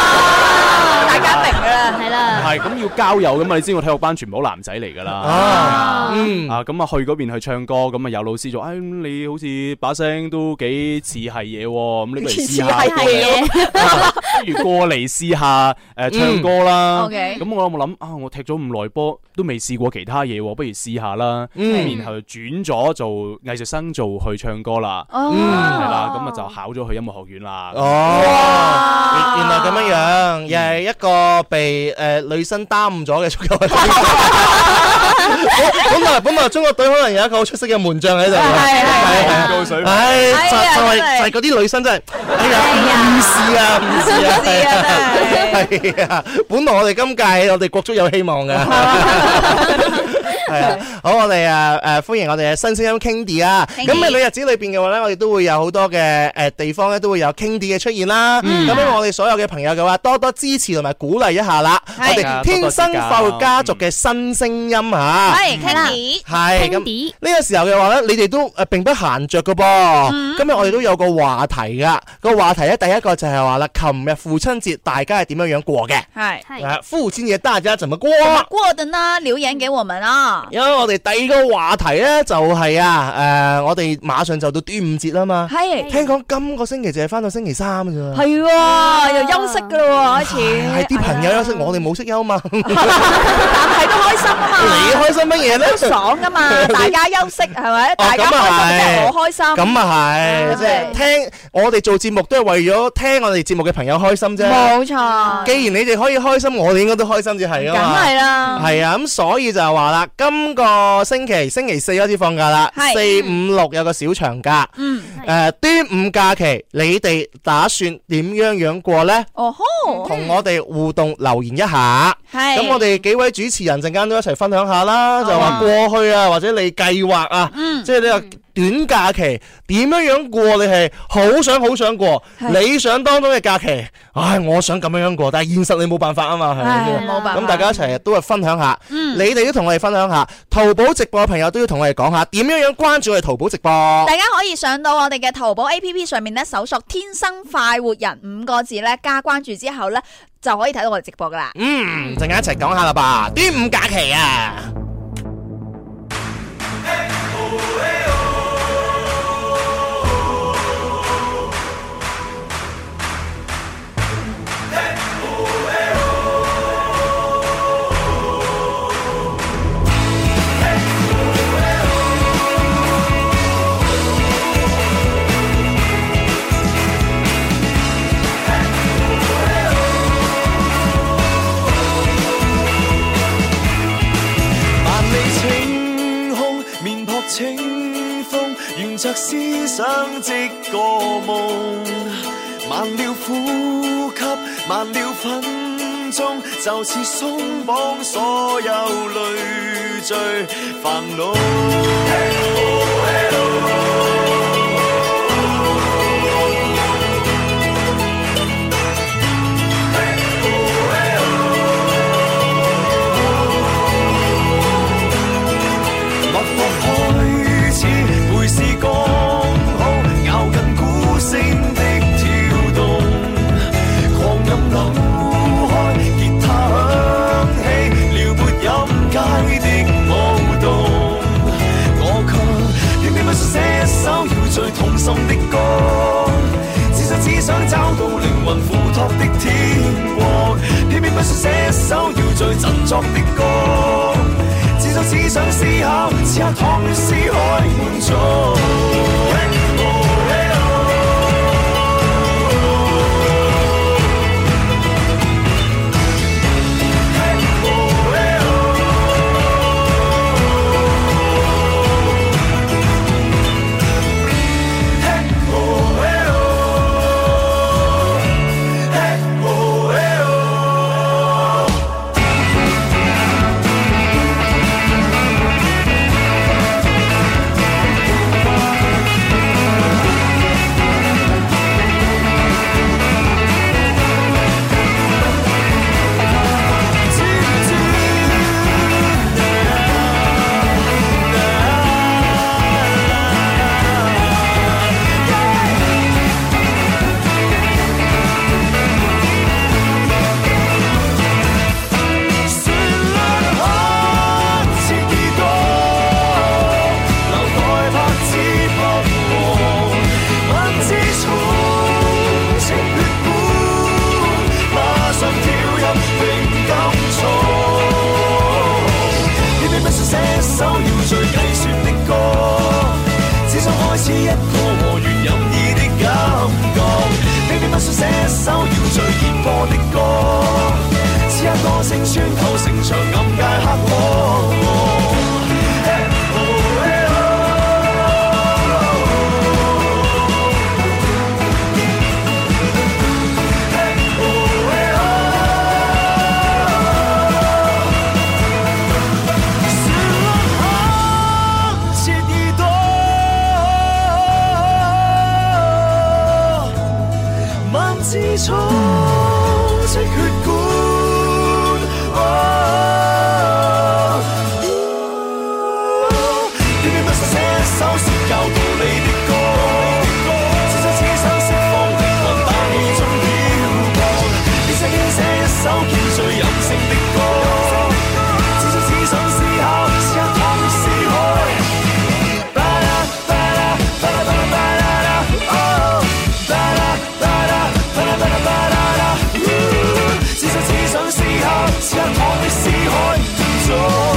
S3: Ờ. 哦
S9: 學，
S3: 啊！大家明㗎啦。
S4: 係啦，
S9: 係咁要交友咁嘛，你知我體育班全部都男仔嚟噶啦。
S2: 啊，
S4: 啊
S2: 嗯，
S9: 啊，咁啊去嗰邊去唱歌，咁啊有老師就，哎，你好似把聲都幾似係嘢喎，咁你不如試
S3: 似
S9: 下
S3: 係
S9: 過
S3: 嘢
S9: 嚟不如過嚟試下誒唱歌啦。
S3: 嗯 OK
S9: 咁我有冇諗啊？我踢咗咁耐波，都未試過其他嘢喎，不如試下啦。
S2: 嗯
S9: 咁然後轉咗做藝術生，做去唱歌啦。
S3: 哦。
S9: 係啦，咁啊就考咗去音樂學院啦。
S2: 哦。
S3: 啊
S2: 原原來咁樣樣，又係一個被誒、呃女生耽誤咗嘅足球 運動員本本來本來中國隊可能有一個好出色嘅門將喺度嘅，啊
S3: 係係係
S2: 係
S9: 高水平
S2: 唉，就
S3: 哎呀
S2: 就係
S3: 真係
S2: 就係嗰啲女生真係，哎呀，唔是啊，唔是啊，
S3: 唔是啊
S2: 係啊，係啊，本來我哋今屆我哋國足有希望嘅。係啊，好，我哋啊诶，歡迎我哋嘅新聲音 Kindy 啊。
S3: Kindy
S2: 咁喺旅日子裏边嘅話咧，我哋都會有好多嘅诶地方咧，都會有 Kindy 嘅出現啦。
S3: 嗯
S2: 咁希望我哋所有嘅朋友嘅話，多多支持同埋鼓勵一下啦。我
S3: 係
S2: 哋天生快活家族嘅新聲音吓，
S3: 係 Kenny，
S2: 係咁。
S4: Candy
S2: 呢個時候嘅話咧，你哋都誒並不閒着嘅噃。今日我哋都有個話題噶，個話題咧第一個就係話啦，琴日父親節大家係點樣樣過嘅？
S3: 係
S4: 係
S2: 啊，父親節大家怎麼過？
S3: 過的呢，留言給我們啊。
S2: 因為我哋第二個話題咧就係、啊，誒、我哋馬上就到端午節啦嘛。
S3: 係
S2: 聽講今個星期就係翻到星期三咋喎。
S3: 係啊喎，又休息噶咯喎，開
S2: 係
S3: 始。
S2: 啲朋友休息，我哋冇息休嘛。你
S3: 但係都開心啊嘛，
S2: 開心乜 嘢咧？
S3: 爽噶嘛，大家休息係咪？大家
S2: 咁啊
S3: 開心即
S2: 係
S3: 係我開心。
S2: 咁啊係，
S3: 嗯
S2: 即係聽我哋做節目都係為咗聽我哋節目嘅朋友開心啫。
S3: 冇錯，
S2: 既然你哋可以開心，我哋應該都開心至係
S3: 啊梗
S2: 啊嘛。
S3: 係啦，
S2: 係啊，咁所以就係話啦，今個星期星期四開始放假啦，
S3: 係
S2: 四五六有個小長假。
S3: 嗯，
S2: 誒、端午假期，你哋打算點樣樣過呢？
S3: 哦吼，
S2: 同我哋互動留言一下。
S3: 係。
S2: 咁我哋幾位主持人陣間都一齊分享下啦，就
S3: 哦
S2: 話過去啊，或者你計劃啊，
S3: 嗯
S2: 即係呢個短假期點樣樣過？你係好想好想過
S3: 係
S2: 理想當中嘅假期，唉，我想咁樣樣過，但係現實你冇辦法啊嘛，係咪
S3: 唉
S2: 先？
S3: 冇辦法。嗯
S2: 咁大家一齊都係分享下，你哋都同我哋分享下，淘寶直播嘅朋友都要同我哋講下點樣樣關注我哋淘寶直播。
S3: 大家可以上到我哋嘅淘寶 A P P 上面咧，搜索“天生快活人”五個字咧，加關注之後咧，就可以睇到我哋直播噶啦。
S2: 嗯，陣間一齊講下啦吧，端午假期啊！
S5: 萬里晴空，面撲清風，沿着思想織個夢。慢了呼吸，慢了分鐘，就是鬆綁所有累贅煩惱。落寞開始，回視剛好，咬緊鼓聲的跳動，狂飲扭開，吉他響起，撩撥飲街的舞動。我卻仍未問出寫首搖最痛心的歌，只想只想找到靈魂付託的天國，偏偏不說寫首搖最振作的歌。只想只想思考，此刻躺於思海滿足。旋律刻切耳朵，留待拍子不和，問之衝情血管，馬上跳入並交錯。偏偏不想寫首要最計算的歌，只想開始一個和弦任意的感覺。偏偏不想寫首要最熱播的歌，此刻歌聲穿透城牆暗界黑幕。Hey, oh, hey, oh. 旋律刻闖出血管。
S9: Ah.
S5: 哦偏偏不信寫首説教道理的歌，親親此生釋放的雲大氣中飄過，一生輕寫一首叫最任性的歌，此生只想思考，試下放肆開。巴拉巴拉巴拉巴拉巴拉啦，哦，巴拉巴拉巴拉巴拉巴拉啦，此生只想思考，試下我的思海中。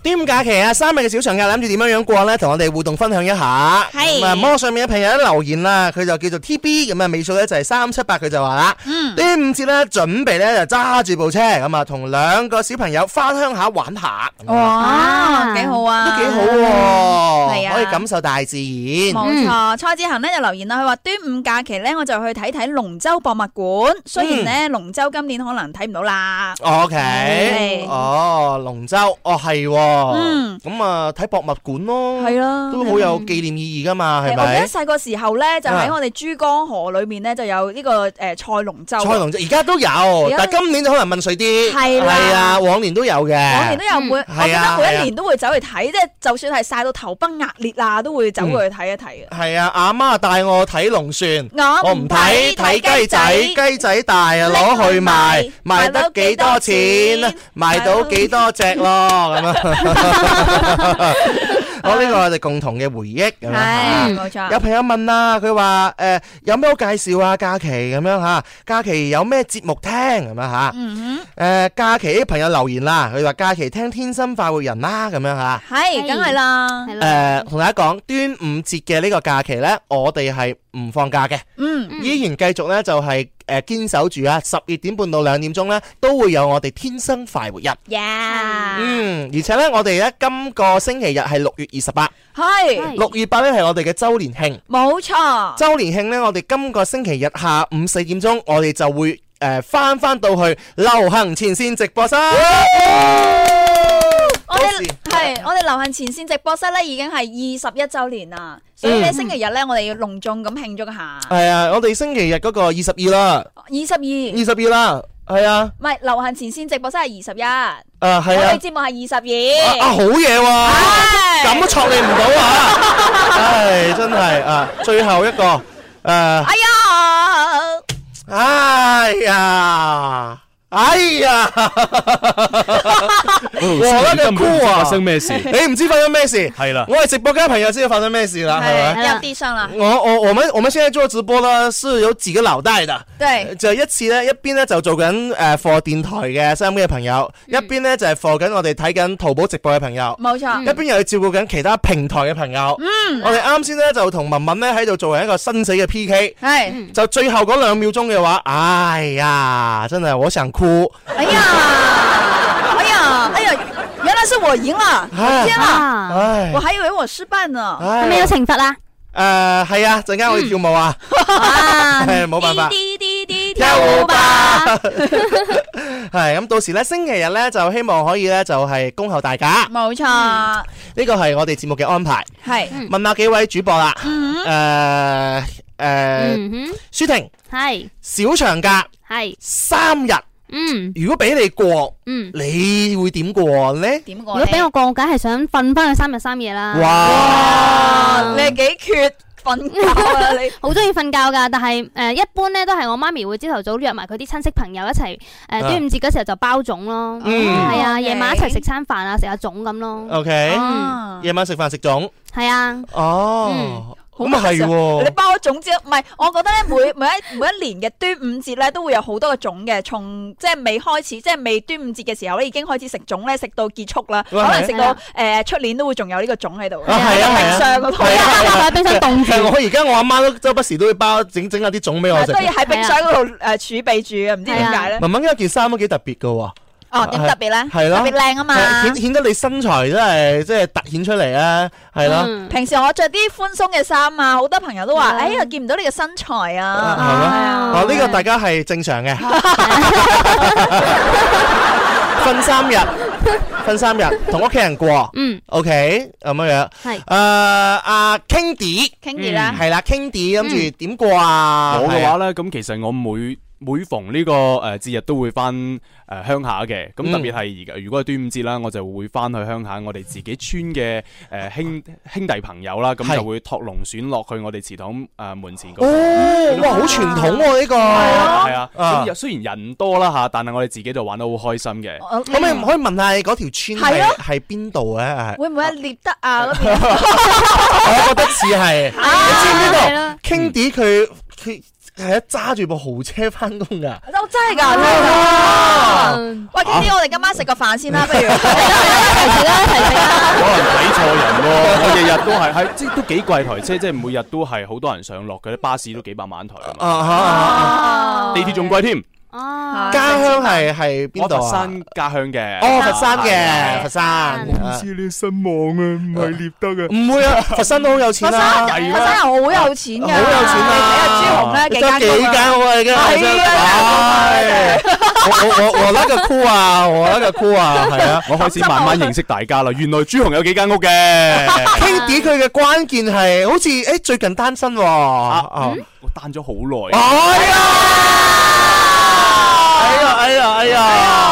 S2: 端午假期啊，三日嘅小長假諗住點樣樣過呢？同我哋互動分享一下。
S3: 係
S2: 咁啊，網上面嘅朋友都留言啦，佢就叫做 T B 咁啊，尾數呢就係三七八，佢就話啦，
S3: 嗯
S2: 端午節呢，準備呢就揸住部車咁啊，同兩個小朋友翻鄉下玩下，
S3: 哇，幾好啊，
S2: 嗯都幾好喎，
S3: 哦係啊
S2: 可以感受大自然。
S3: 冇錯，蔡志恒咧就留言啦，佢話端午假期咧我就去睇睇龍舟博物館，雖然
S2: 嗯
S3: 咧龍舟今年可能睇唔到啦。
S2: O
S3: 係
S2: K，哦，龍舟，哦係喎，
S3: 嗯
S2: 咁啊睇博物館咯，
S3: 係啦
S2: 都好有紀念意義噶嘛，
S3: 誒
S2: 係
S3: 我記
S2: 咪啊
S3: 得？細個時候咧，就喺我哋珠江河裏面咧，就有呢個誒賽龍舟。
S2: 菜龍舟而家都有，
S3: 家
S2: 但係今年就可能問水啲，
S3: 係啦
S2: 係啊，往年都有嘅，
S3: 往年都有每，
S2: 嗯
S3: 我記
S2: 係
S3: 得
S2: 啊
S3: 每
S2: 係
S3: 一
S2: 啊
S3: 年都會走去睇，即係就算係晒到頭崩額裂啊，都會走過去睇一睇嘅。
S2: 係啊，阿媽帶我睇龍船。
S3: 我
S2: 嗯我唔睇，睇雞仔，雞仔大啊，攞去賣，賣得幾多錢？賣到幾多隻咯？ 咁啊，好呢個我哋共同嘅回憶咁樣嚇
S3: 係冇錯
S2: 啊有。朋友問啦，佢話誒有咩好介紹啊？假期咁樣嚇，假期有咩節目聽咁樣嚇？
S3: 嗯
S2: 誒、假期啲朋友留言啦，佢話假期聽《天生快活人》啦，咁樣吓。
S3: 哼，係梗係啦
S4: 係，
S2: 誒、
S4: 啦，
S2: 同大家講，端午節嘅呢個假期呢，我哋係唔放假嘅，
S4: Ừ.
S3: 嗯，
S2: 依然繼續呢，就係誒堅守住啊，十二點半到兩點鐘呢，都會有我哋天生快活人。
S3: 啊呀，
S2: 嗯，而且呢，我哋呢，今個星期日係六月二十八，
S3: 係
S4: 係
S2: 六月八呢係我哋嘅周年慶。
S3: 冇錯，
S2: 周年慶呢，我哋今個星期日下午四點鐘，我哋就會誒翻翻到去流行前線直播室。
S3: 我
S2: 到
S3: 哋
S2: 時
S3: 係我哋流行前線直播室咧已經係二十一周年啦，所以咧
S2: 嗯
S3: 星期日咧我哋要隆重咁慶祝一下，
S2: 係啊，我哋星期日嗰個二十二啦，
S3: 二十二，唔
S2: 二十二啦，係啊，
S3: 係流行前線直播室係二十一。
S2: 誒係
S3: 我
S2: 啊
S3: 哋，節目係二十
S2: 啊
S3: 二，
S2: 好嘢喎，咁都
S3: 係
S2: 錯你唔到啊，唉真係啊，最後一個誒，
S3: 哎呀，
S2: 哎呀，哎呀，
S9: 我
S2: 你
S9: 根本
S2: 箍啊
S9: 發生咩事？
S2: 你唔知發生咩事，
S9: 係啦
S2: 我係直播間朋友知道發生咩事啦，係咪？
S3: 係要地上啦，
S2: 我我我们我们现在做直播呢，是有幾個腦袋的。
S3: 對
S2: 就一次呢，一邊呢就做緊誒課電台嘅收音機嘅朋友，
S4: 嗯
S2: 一邊呢就係課緊我哋睇緊淘寶直播嘅朋友，
S3: 冇
S4: 嗯
S3: 錯
S2: 一，邊又要照顧緊其他平台嘅朋友。嗯，我哋啱先呢就同文文呢喺度做緊一個生死嘅 PK。
S3: 係，
S4: 嗯
S2: 就最後嗰兩秒鐘嘅話，哎呀，真係我想哭。
S3: 哎呀，哎呀，哎呀，原來是我贏了，
S2: 唉
S3: 天啊，
S4: 啊，
S2: 唉
S3: 我，還以為我失敗 呢，
S4: 係咪
S2: 唉
S4: 有，懲罰啊？
S2: 誒係啊，陣間我哋跳舞啊，
S4: 哎
S2: 係
S4: 嗯
S2: 冇辦
S4: 啊
S2: 法。
S3: 滴滴滴滴
S2: 跳
S4: Dạ.
S3: 跳
S2: 舞
S3: 舞吧，
S2: 係咁，到時咧星期日咧就希望可以咧就係恭候大家，
S3: 冇
S4: 嗯
S3: 錯，
S2: 呢個係我哋節目嘅安排。
S3: 係，
S2: 問下幾位主播啦，
S3: 嗯
S2: 誒誒，
S4: 嗯哼，
S2: 舒婷
S4: 係
S2: 小長假
S4: 係，
S2: 三日，
S4: 嗯
S2: 如果俾你過，
S4: 嗯。
S2: 你會點過呢？
S3: 點
S4: 如
S3: 過
S4: 果俾
S3: 咧
S4: 我？過，我梗係想瞓翻去三日三夜啦。
S3: 啊哦
S2: 哇！
S4: Ờ.
S3: 你係幾缺瞓覺啊你？
S4: 好中意瞓覺㗎，但係誒、呃一般咧都係我媽咪會朝頭早約埋佢啲親戚朋友一齊誒、呃
S2: 啊
S4: 端午節嗰時候就包粽咯，
S2: 嗯哦
S4: 係啊，
S3: OK
S4: 夜晚一齊食餐飯啊，食下粽咁咯，
S2: OK，
S3: 啊
S2: 夜晚食飯食粽，
S4: 係啊，
S2: 哦，
S3: 嗯好
S9: 咁啊係喎
S3: 你包咗種子，唔係，我覺得咧每 每一每一年嘅端午節咧都會有好多個種嘅，從即係未開始，即係未端午節嘅時候咧已經開始食種咧，食到結束啦，可
S2: 哇
S3: 能食
S4: 係
S3: 到
S4: 啊
S3: 誒出年都會仲有呢個種喺度嘅，
S2: 啊係啊係啊
S3: 冰箱嗰度。
S2: 係 啊係啊
S4: 擺喺冰箱凍
S2: 但係我
S4: 住。
S2: 而家我阿媽都周不時都會包整整下啲粽俾我食
S3: 啊都。要喺冰箱嗰度誒儲備住嘅，唔知點解咧？
S2: 文文呢件衫都幾特別嘅喎，
S3: 哦，點特別咧？
S2: 係啦
S3: 特別靚啊嘛！
S2: 顯顯得你身材真係即係突顯出嚟啊，係啦。
S4: 嗯
S3: 平時我着啲寬鬆嘅衫啊，好多朋友都話：，
S4: 嗯
S3: 哎呀，見唔到你嘅身材啊！
S2: 啊係咩
S3: 係啊
S2: 哦，呢個大家係正常嘅，瞓三日，瞓三日，同屋企人過
S4: 嗯，
S2: ，OK 咁樣樣。
S4: 係
S2: 誒阿 Kindy
S3: 傾啲啦，
S2: 係啦，Kindy 諗住點過啊？
S9: 我嘅
S2: 係
S9: 話
S2: 啊
S9: 咧，咁其實我每每逢呢個誒節日都會翻誒鄉下嘅，咁
S2: 嗯
S9: 特別係而家如果係端午節啦，我就會翻去鄉下，我哋自己村嘅誒兄兄弟朋友啦，咁
S2: 係
S9: 就會托龍船落去我哋祠堂誒門前嗰度。
S2: 哦，哇，好傳統喎呢個，
S9: 係啊，
S2: 啊
S9: 咁雖然人多啦嚇，但係我哋自己就玩得好開心嘅。
S3: 我
S2: 可唔可以可以問下你嗰條村
S3: 係
S2: 係
S3: 咯
S2: 係邊度咧？係
S3: 會唔會係獵德啊嗰邊？
S2: 我覺得似啊係，
S4: 啊係
S2: 你
S4: 啦
S2: 知唔知道 Kindy 佢佢係揸住部豪車翻工㗎？啊
S3: 我真係㗎，真係㗎！
S4: 嗯
S3: 喂，傾啲我哋今晚食個飯先啦，不如
S4: 係啦，一齊食啦。
S9: 可能睇錯人 喎，我日日都係係即係都幾貴台車，即係每日都係好多人上落嘅，啲巴士都幾百萬台啊嘛，
S2: 啊哈啊
S4: 哦
S9: 地鐵仲貴添。
S4: 哦
S2: 哈！家鄉係係邊
S9: 我
S2: 度
S9: 佛
S2: 啊？
S9: 山家鄉嘅，
S2: 哦，佛山
S9: 係
S2: 嘅佛山，啊
S9: 知你失望啊，唔係獵德啊。
S2: 唔會啊，佛山都好有錢
S3: 佛山
S2: 啦，
S3: 佛山人啊好有錢㗎，
S2: 好有錢啊
S3: 你睇下朱紅咧幾
S2: 得幾
S3: 間屋啊
S2: 間屋啊，而家佛山
S3: 係
S2: 唉
S3: 啊
S2: 我我我我那個酷啊， 我那個酷啊，係啊。
S9: 我開始慢慢認識大 家啦，原來朱紅有幾間屋嘅，
S2: Kitty 佢嘅關鍵係好似誒最近單身喎，啊
S9: 我單咗好耐。
S2: 哎呀！哎呀！哎呀！哎呀！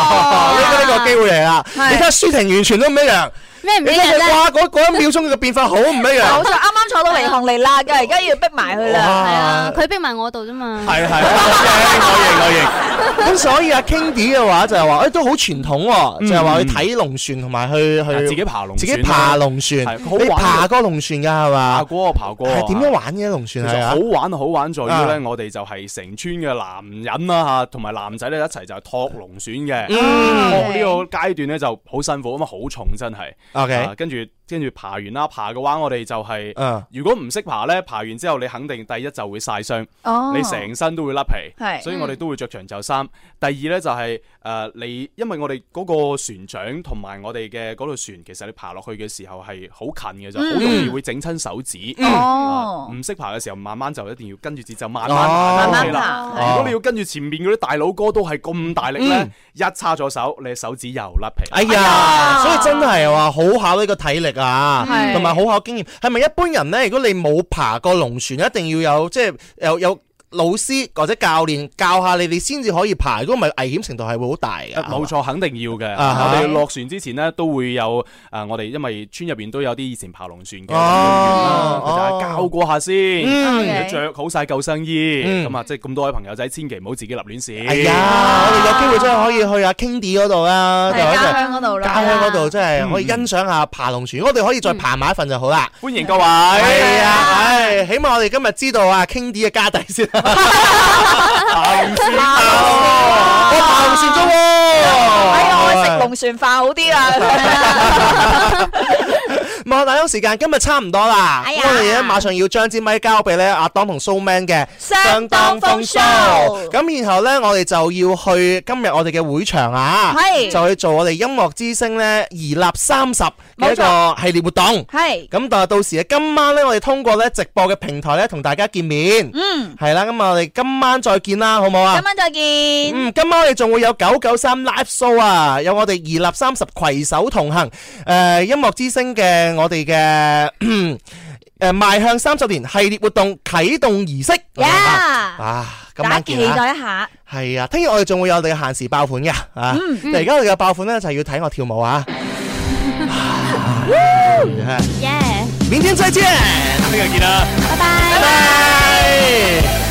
S2: 呢個呢個機會嚟啦！你
S3: 係
S2: 睇下舒婷完全都唔一樣，
S4: 咩唔
S2: 你
S4: 一
S2: 睇
S4: 樣
S2: 佢
S4: 咧？
S2: 哇嗰嗰一秒鐘嘅變化好唔一
S3: 冇
S2: 樣。
S3: 錯，啱啱坐到圍行嚟啦，㗎而家要逼埋佢啦。
S4: 係啊
S2: 哇，！
S4: 佢逼埋我度啫嘛。
S9: 係係，我
S2: 咁所以阿 Kindy 嘅話就係話，誒都好傳統喎，
S9: 嗯
S2: 就係話去睇龍船同埋去
S9: 認我認，
S2: 去
S9: 自己爬龍，
S2: 自己爬，龍船
S9: 係，好玩
S2: 你
S9: 啊
S2: 爬過龍船㗎係
S9: 爬
S2: 嘛？
S9: 過爬過。
S2: 係點樣？玩嘅龍
S9: 其
S2: 船係
S9: 實
S2: 啊
S9: 好？玩好玩在於咧，
S2: 啊
S9: 我哋就係成村嘅男人啦嚇，同埋男仔咧一齊就係托龍船嘅。
S2: 嗯
S9: 我呢個階段咧就好辛苦，咁啊好重真係。
S2: ，OK，
S9: 啊跟住跟住爬完啦，爬嘅話我哋就係
S2: 嗯，
S9: 如果唔識爬咧，爬完之後你肯定第一就會曬傷，
S3: 哦
S9: 你成身都會甩皮，
S3: 係
S9: 所以我哋都會着長袖衫。第二咧就係、呃你因為我哋嗰個船長同埋我哋嘅嗰度船，其實你爬落去嘅時候係好近嘅就好
S3: 嗯
S9: 容易會整親手指。
S2: 嗯
S9: 啊
S3: 哦，
S9: 唔識爬嘅時候，慢慢就一定要跟住節奏，慢慢
S2: 哦
S9: 爬
S3: 慢
S9: 翻
S3: 慢
S9: 嚟啦。
S3: 爬。
S2: 哦
S9: 如果你要跟住前面嗰啲大佬哥都係咁大力咧
S2: 嗯，
S9: 一叉咗手，你手指又甩皮。
S2: 哎呀，所以真係話好考呢個體力啊，
S3: 係
S2: 同埋好考經驗。係咪一般人呢？如果你冇爬過龍船，一定要有即係有有老師或者教練教下你哋先至可以爬。如果唔係，危險程度係會好大嘅。
S9: 啊冇錯，肯定要嘅。
S2: 啊哈
S9: 我哋落船之前呢，都會有誒，我哋因為村入邊都有啲以前爬龍船嘅運動員啦
S2: 哦，
S9: 佢就係教過下先。
S2: 嗯，
S3: OK
S9: 你着好晒救生衣，
S2: 嗯
S9: 咁啊，即係咁多位朋友仔，千祈唔好自己立亂試。
S2: 哎呀，我哋有機會真係可以去阿 Kindy 嗰度啊啦，就
S3: 係
S2: 一
S3: 家
S2: 齊
S3: 鄉嗰度啦，
S2: 家鄉嗰度真係可以
S9: 嗯
S2: 欣賞下爬龍船。我哋可以再爬埋一份就好啦。
S9: 歡迎
S3: 嗯
S9: 各位。
S2: 係啊，唉，起碼我哋今日知道啊 Kindy 嘅家底先。
S3: 啊
S2: 我爬龍船啫喎。
S3: 哎呀，我食龍船飯好啲啊啦。
S2: 望大鐘時間今日差唔多啦，
S3: 哎呀
S2: 我哋咧馬上要將支咪交俾咧阿當同蘇 man 嘅
S3: 相當風騷
S2: 咁然後咧，我哋就要去今日我哋嘅會場啊，
S3: 係
S2: 就去做我哋音樂之聲咧移立三十嘅一
S3: 冇
S2: 個系列活動。
S3: 係，
S2: 咁但係到時啊，今晚咧我哋通過咧直播嘅平台咧同大家見面，
S3: 嗯，
S2: 係啦，咁我哋今晚再見啦，好唔好啊
S3: 今？晚再見。
S2: 嗯，今晚我哋仲會有九九三 live show 啊，有我哋二立三十攜手同行，誒、音樂之聲嘅我哋嘅 咳誒邁向三十年系列活動啟動儀式。
S3: Yeah，
S2: 啊，今
S3: 大家
S2: 晚
S3: 期
S2: 見啊！
S3: 待一下。
S2: 係啊，聽日我哋仲會有我哋嘅限時爆款嘅啊！但而家我哋嘅爆款呢，就係要睇我跳舞啊！
S4: 耶，
S2: 明天再見，
S9: 聽日見啦。
S4: 拜拜。
S2: 拜拜。